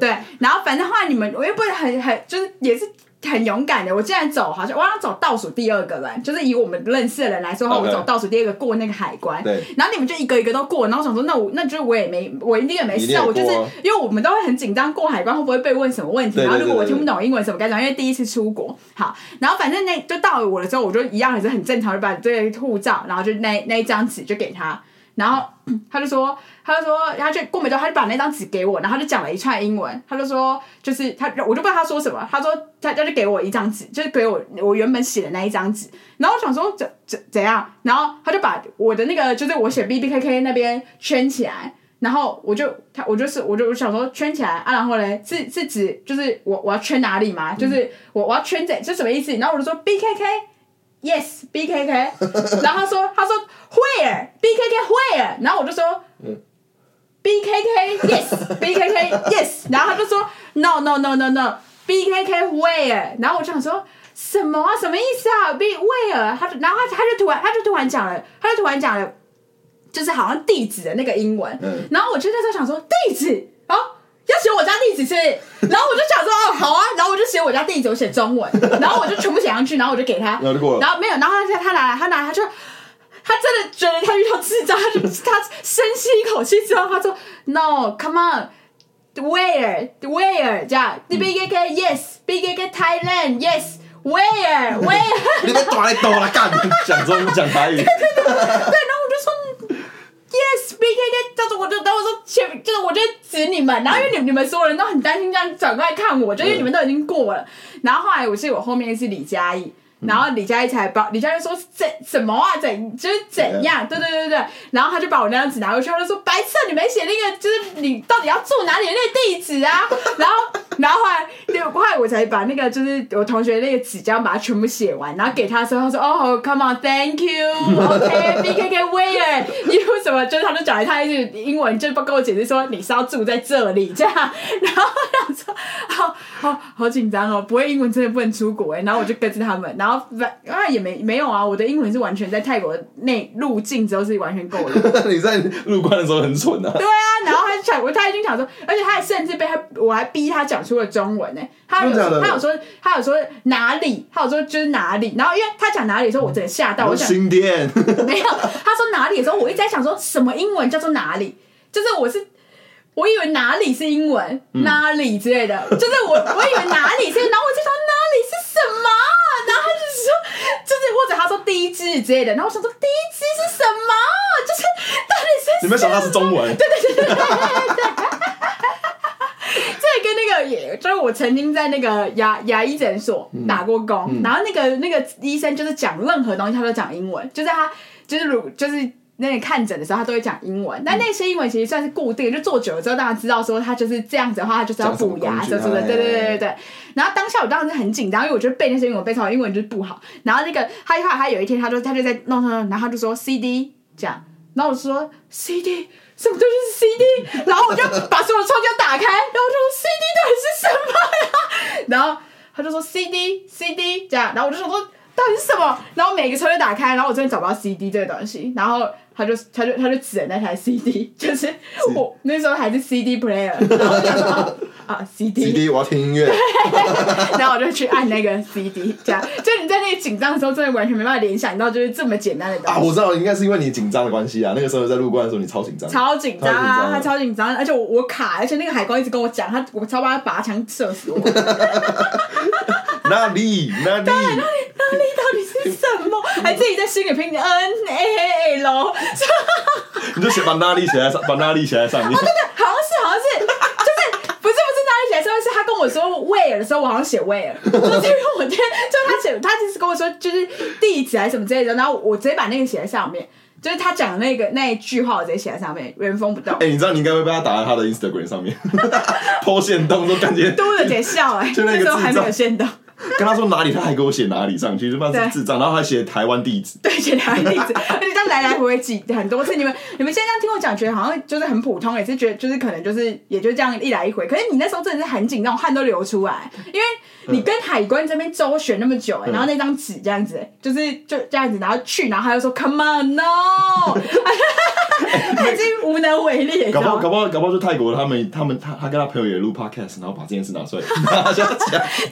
Speaker 2: 对，然后反正后来你们，我又不是很很就是也是。很勇敢的，我竟然走，好像我要走倒数第二个人，就是以我们认识的人来说的话，我
Speaker 1: OK
Speaker 2: 走倒数第二个过那个海关，
Speaker 1: 对
Speaker 2: 然后你们就一个一个都过，然后我想说，那我那就是我也没，我一定也没
Speaker 1: 一
Speaker 2: 事
Speaker 1: 定
Speaker 2: 啊，
Speaker 1: 有
Speaker 2: 我就是
Speaker 1: 过啊
Speaker 2: 因为我们都会很紧张，过海关会不会被问什么问题？
Speaker 1: 对对
Speaker 2: 然后如果我
Speaker 1: 对对
Speaker 2: 听不懂英文怎么该讲，因为第一次出国。好，然后反正那就到了我的时候，我就一样也是很正常，就把这个护照，然后就那那一张纸就给他，然后他就说，他就说，他就过没多久，他就把那张纸给我，然后他就讲了一串英文，他就说，就是他，我就不知道他说什么，他说他他就给我一张纸，就是给我我原本写的那一张纸，然后我想说怎怎怎样，然后他就把我的那个就是我写 B B K K 那边圈起来，然后我就他我就是我就我想说圈起来啊，然后嘞是是指就是我我要圈哪里嘛，就是我我要圈在这什么意思？然后我就说 B K K。Yes, BKK。然 后他说，他说 Where BKK Where？然后我就说，BKK yes BKK yes，然后他就说 no no no no no BKK where，然后我就想说什么啊什么意思啊 B where，他就然后他他就突然他就突然讲了，他就突然讲了，就是好像地址的那个英文，
Speaker 1: 嗯
Speaker 2: 然后我就那时候想说地址哦。要写我家地址是不是，然后我就想说哦好啊，然后我就写我家地址，我写中文，然后我就全部写上去，然后我就给他，
Speaker 1: 然后就过了
Speaker 2: 然后没有，然后他他拿来他拿来他就他真的觉得他遇到智障， 他就他深吸一口气之后，他说 “No，come on。” Where, where 这样？B K K yes, B K K Thailand yes, where, where？
Speaker 1: 你被打来抖了，干！讲中讲台语，
Speaker 2: 对，然后我就说嗯 yes B K K，这样子我就，然后我说前，就是我就指你们，然后因为你们你们所有人都很担心，这样转过来看我，就因为你们都已经过了。然后后来我记得我后面是李佳怡，然后李佳一才把李佳就说怎什么啊怎就是怎样，对对对对，对然后他就把我那张纸拿过去，他就说白色你没写那个就是你到底要住哪里的那个地址啊， 然后然后后来对后来我才把那个就是我同学那个纸张把它全部写完，然后给他的时候，他说哦、come on thank you，OK BKK where you 什么，就是他就讲了他一句英文，就不跟我解释说你是要住在这里这样， 然后我想说好好好紧张哦，不会英文真的不能出国哎，然后我就跟着他们，然后反啊也没没有啊，我的英文是完全在泰国内入境之后是完全够了。
Speaker 1: 你在入关的时候很蠢啊，
Speaker 2: 对啊，然后他就想，我他已经想说，而且他还甚至被他，我还逼他讲出了中文呢、欸他有
Speaker 1: 真的假的
Speaker 2: 他有说他有说哪里，他有说就是哪里，然后因为他讲哪里的时候，我真的吓到，我想
Speaker 1: 新 店，
Speaker 2: 没有，他说哪里的时候，我一直在想说什么英文叫做哪里，就是我是。我以为哪里是英文，
Speaker 1: 嗯
Speaker 2: 哪里之类的，就是我我以为哪里是，然后我就想哪里是什么啊，然后他就说，就是或者他说第一只之类的，然后我想说第一只是什么啊，就是到底是
Speaker 1: 你没想到是中文，
Speaker 2: 这跟那个也，就是我曾经在那个牙牙医诊所打过工，然后那个那个医生就是讲任何东西他都讲英文，就是他就是如就是。那个看诊的时候，他都会讲英文，但那些英文其实算是固定，就做久了之后，大家知道说他就是这样子的话，他就是要
Speaker 1: 讲什么
Speaker 2: 补牙，
Speaker 1: 工具
Speaker 2: 对对对
Speaker 1: 哎
Speaker 2: 对对对对。然后当下我当时很紧张，因为我觉得背那些英文背错，英文就是不好。然后那个他后来他有一天，他就他就在弄弄弄，然后他就说 CD 这样，然后我说 CD 什么东西是 CD，然后我就把所有的窗就打开，然后我就说 CD 到底是什么呀？然后他就说 CD CD 这样，然后我就想说到底是什么？然后每个车就打开，然后我真的找不到 CD 这个东西，然后。他就他就他就指着那台 CD，就是我那时候还是 CD player，然后我就说啊啊
Speaker 1: CD 我要听音乐，
Speaker 2: 然后我就去按那个 CD，这样，就你在那个紧张的时候，真的完全没办法联想到就是这么简单的东
Speaker 1: 啊，
Speaker 2: 西，
Speaker 1: 我知道，应该是因为你紧张的关系啊。那个时候在入关的时候，你超紧张，
Speaker 2: 超紧张啊，他
Speaker 1: 超紧张
Speaker 2: 超紧张，而且我我卡，而且那个海关一直跟我讲，他我超怕他拔枪射死我， 到
Speaker 1: 哪里哪里？
Speaker 2: 底到底是什么？还自己在心里拼嗯哎 N A A L，
Speaker 1: 你就写把哪里写在上，把哪里写在 上面。
Speaker 2: 好像是好像是 就是。不是不是哪里写的时候，是他跟我说 where 的时候，我好像写 where，就是因为我今天就他写，他就是跟我说就是地址还是什么之类的，然后我直接把那个写在上面，就是他讲的那个那一句话，我直接写在上面，原封不动。
Speaker 1: 哎、你知道你应该会被他打在他的 Instagram 上 面，po 线动都感觉
Speaker 2: 嘟了点笑哎、
Speaker 1: 就那个
Speaker 2: 那时候还没有
Speaker 1: 智障
Speaker 2: 限动，
Speaker 1: 跟他说哪里，他还给我写哪里上去，就妈
Speaker 2: 对
Speaker 1: 是智障。然后还写台湾地址，
Speaker 2: 对，写台湾地 址，而且这样来来回回几很多次。你们你们现在这样听我讲，觉得好像就是很普通，也是觉得就是可能就是也就这样一来一回。可是你那时候真的是很紧张，我汗都流出来，因为
Speaker 1: 嗯
Speaker 2: 你跟海关这边周旋那么久、哎然后那张纸这样子、
Speaker 1: 嗯
Speaker 2: 哎就是就这样子，然后去，然后他又说 Come on no，他已经无能为力，你知
Speaker 1: 搞不好
Speaker 2: 道吗
Speaker 1: 搞？不好搞不好就泰国他们他们他他跟他朋友也录 podcast，然后把这件事拿 出来，大家讲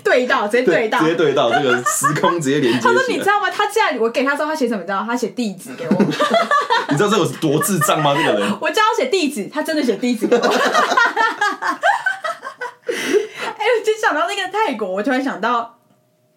Speaker 2: 对到直接对到
Speaker 1: 直。接对到这个时空直接连接起
Speaker 2: 他
Speaker 1: 来。
Speaker 2: 说：“你知道吗？他这样，我给他之后，他写什么？你知道？他写地址给我。”
Speaker 1: 你知道这有多智障吗？这个 人
Speaker 2: 我叫他写地址，他真的写地址给我。 哎、我就想到那个泰国，我突然想到，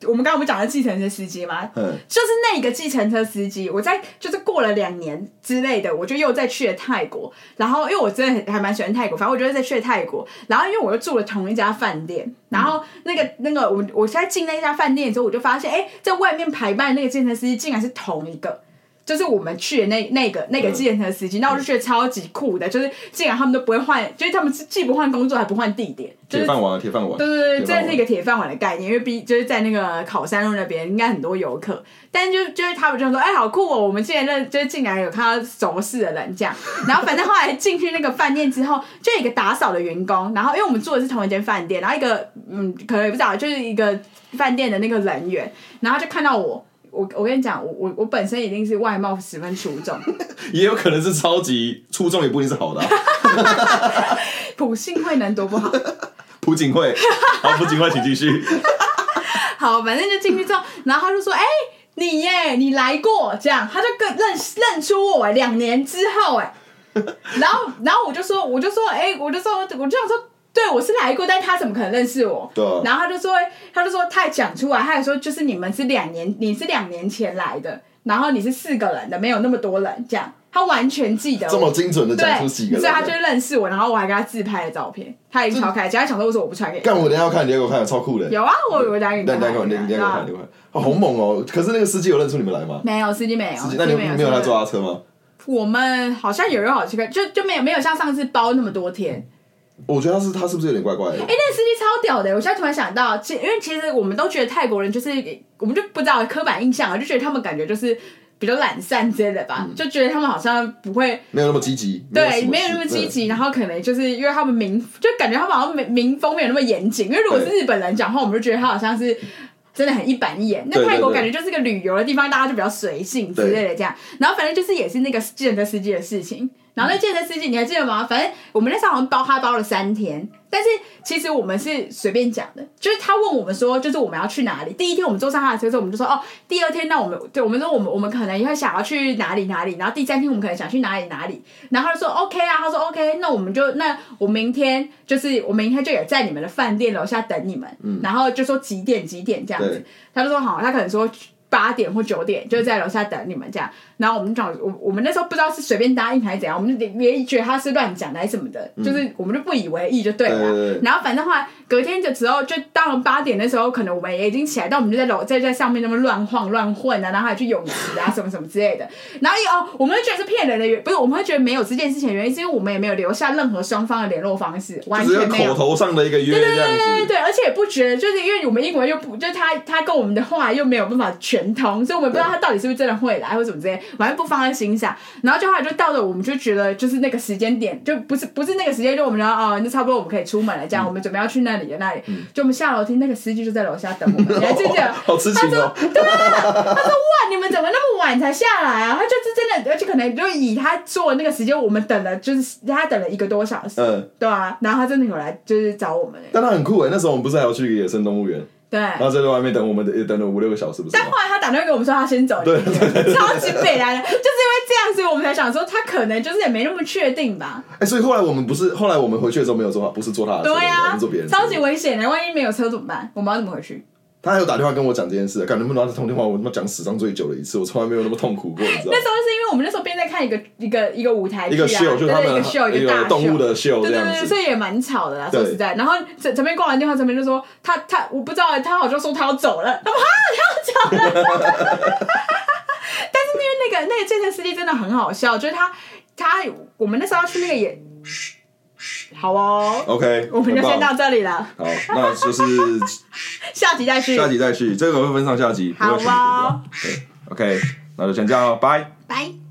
Speaker 2: 我们刚刚不讲的计程车司机吗？
Speaker 1: 嗯
Speaker 2: 就是那个计程车司机，我在就是过了两年之类的，我就又再去了泰国。然后因为我真的很还蛮喜欢泰国，反正我就再去了泰国。然后因为我又住了同一家饭店，然后那个那个我我现在进那家饭店的时候，我就发现，哎、在外面排班那个计程车司机竟然是同一个。就是我们去的那那个那个计程车司机，那、我就觉得超级酷的，就是竟然他们都不会换，就是他们是既不换工作还不换地点，就
Speaker 1: 铁
Speaker 2: 是
Speaker 1: 饭碗啊，铁 饭碗，
Speaker 2: 对对
Speaker 1: 铁
Speaker 2: 对，
Speaker 1: 饭
Speaker 2: 这
Speaker 1: 碗
Speaker 2: 是一个铁饭碗的概念，因为毕就是在那个考山路那边，应该很多游客，但就就是他们就说，哎、好酷哦，我们竟然认就是竟然有看到熟识的人这样， 然后反正后来进去那个饭店之后，就有一个打扫的员工，然后因为我们住的是同一间饭店，然后一个嗯，可能也不知道，就是一个饭店的那个人员，然后他就看到我。我我跟你讲，我我我本身一定是外貌十分出众，
Speaker 1: 也有可能是超级出众，也不一定是好 的、啊。
Speaker 2: 普信会能多不好？
Speaker 1: 朴槿惠，好，朴槿惠，请继续。
Speaker 2: 好，反正就进去之后，然后他就说：“哎、你耶，你来过？”这样，他就更认认出我哎，两年之后哎，然后然后我就说，我就说，哎、我就说，我就想说。对，我是来过，但他怎么可能认识我？
Speaker 1: 对啊
Speaker 2: 然后他就说，他就说，他还讲出来，他还说，就是你们是两年，你是两年前来的，然后你是四个人的，没有那么多人这样。他完全记得
Speaker 1: 这么
Speaker 2: 我。
Speaker 1: 精准的
Speaker 2: 对
Speaker 1: 讲出，几个
Speaker 2: 所
Speaker 1: 人
Speaker 2: 以他就
Speaker 1: 来。
Speaker 2: 认识我，然后我还给他自拍的照片，他已经超开心。他想说为什么我不传给你？
Speaker 1: 干，我等一下要看，你要给我看，超酷的。
Speaker 2: 有啊，我我打给你
Speaker 1: 那你等
Speaker 2: 看，
Speaker 1: 一下给我，你等一下给我看，你等一下给我看，哦，好猛哦！可是那个司机有认出你们来吗？
Speaker 2: 没有司机哦没有，
Speaker 1: 司机，
Speaker 2: 司
Speaker 1: 那
Speaker 2: 机
Speaker 1: 你
Speaker 2: 没
Speaker 1: 没有
Speaker 2: 司
Speaker 1: 来啊
Speaker 2: 机
Speaker 1: 坐他车吗？
Speaker 2: 我们好像有用好奇怪，就就没有没有像上次包那么多天。
Speaker 1: 我觉得他是他是不是有点怪怪的
Speaker 2: 哎、？那个司机超屌的！我现在突然想到，其因为其实我们都觉得泰国人就是，我们就不知道刻板印象啊，就觉得他们感觉就是比较懒散之类的
Speaker 1: 嗯
Speaker 2: 吧，就觉得他们好像不会
Speaker 1: 没有那么积极，
Speaker 2: 对，
Speaker 1: 什
Speaker 2: 没有那么
Speaker 1: 事
Speaker 2: 积。极，然后可能就是因为他们民，就感觉他们好像民民风没有那么严谨。因为如果是日本人讲话，我们就觉得他好像是真的很一板一眼。那
Speaker 1: 对对
Speaker 2: 泰国
Speaker 1: 对
Speaker 2: 感觉就是个旅游的地方，大家就比较随性之类的这样。然后反正就是也是那个计程车司机的事情。
Speaker 1: 嗯
Speaker 2: 然后那计程车司机你还记得吗？反正我们那时候好像包他包了三天，但是其实我们是随便讲的，就是他问我们说，就是我们要去哪里。第一天我们坐上他的车之后，我们就说哦，第二天那我们对我们说我们我们可能会想要去哪里哪里，然后第三天我们可能想去哪里哪里，然后他就说 OK 啊，他说 OK，那我们就那我明天就是我明天就也在你们的饭店楼下等你们，然后就说几点几点这样子
Speaker 1: 对，
Speaker 2: 他就说好，他可能说八点或九点就在楼下等你们这样，然后我们就讲我我们那时候不知道是随便答应还是怎样，我们就也觉得他是乱讲的还是什么的，就是我们就不以为意就对了
Speaker 1: 对
Speaker 2: 啊，
Speaker 1: 对对
Speaker 2: 然后反正后来隔天的时候，就到了八点的时候，可能我们也已经起来，但我们就在楼在在上面那么乱晃乱混啊，然后还去泳池啊什么什么之类的。然后一哦，我们会觉得是骗人的原，不是我们会觉得没有这件事情的原因，是因为我们也没有留下任何双方的联络方式，完
Speaker 1: 就是
Speaker 2: 全
Speaker 1: 一个
Speaker 2: 没有
Speaker 1: 口。头上的一个约这
Speaker 2: 对
Speaker 1: 样子，
Speaker 2: 对，而且也不觉得，就是因为我们英文又不，就是他他跟我们的话又没有办法全通，所以我们不知道他到底是不是真的会来或什么之类，完全不放在心上。然后就后来就到了，我们就觉得就是那个时间点，就不是不是那个时间，就我们觉得哦，那差不多我们可以出门了，这样、我们准备要去那里的那里，
Speaker 1: 嗯
Speaker 2: 就我们下楼梯，那个司机就在楼下等我们，你还记不记得？
Speaker 1: 好痴
Speaker 2: 他
Speaker 1: 情
Speaker 2: 说
Speaker 1: 哦。：“
Speaker 2: 对啊，他说哇，你们怎么那么晚才下来啊？”他就是真的，而且可能就以他说的那个时间，我们等了就是他等了一个多小时，
Speaker 1: 嗯，
Speaker 2: 对啊，然后他真的有来就是找我们、欸，
Speaker 1: 但他很酷哎，那时候我们不是还要去野生动物园，
Speaker 2: 对。
Speaker 1: 然后就在外面等我们的，也等了五六个小时，不是
Speaker 2: 但
Speaker 1: 吗
Speaker 2: 后？来他打电话给我们说他先走，
Speaker 1: 对
Speaker 2: 你记得吗超级北来的，就是因为这样，所以我们才想说他可能就是也没那么确定吧。
Speaker 1: 哎，所以后来我们不是，后来我们回去的时候没有坐他，不是坐他的车，
Speaker 2: 对
Speaker 1: 我
Speaker 2: 呀
Speaker 1: 们坐别人，的车。
Speaker 2: 超级危险的，万一没有车怎么办？我们要怎么回去？
Speaker 1: 他还有打电话跟我讲这件事，看能不能拿通电话，我他妈讲史上最久的一次，我从来没有那么痛苦过，你知道
Speaker 2: 那
Speaker 1: 吗？
Speaker 2: 时候是因为我们那时候边在看一个一个一个舞台剧
Speaker 1: 一
Speaker 2: 啊，
Speaker 1: 个秀，就是他
Speaker 2: 对一
Speaker 1: 们
Speaker 2: 个秀，一个大
Speaker 1: 个
Speaker 2: 秀
Speaker 1: 动物的秀
Speaker 2: 对
Speaker 1: 这
Speaker 2: 对
Speaker 1: 样
Speaker 2: 对，
Speaker 1: 子
Speaker 2: 所。以也蛮吵的啦，
Speaker 1: 对
Speaker 2: 说实在。然后陈陈边挂完电话，陈边就说他他我不知道，他好像说他要走了， 他说哈他要走了。 但是因为那个那个健身司机真的很好笑，就是他他我们那时候要去那个也，好哦，
Speaker 1: OK，
Speaker 2: 我们
Speaker 1: 很
Speaker 2: 就
Speaker 1: 棒
Speaker 2: 先到这里了，
Speaker 1: 好，那就是
Speaker 2: 下集再续，
Speaker 1: 下集再续，这个会分上下集，不
Speaker 2: 好
Speaker 1: 会全部
Speaker 2: 哦，
Speaker 1: 对，OK，那就先这样哦，拜。
Speaker 2: 拜。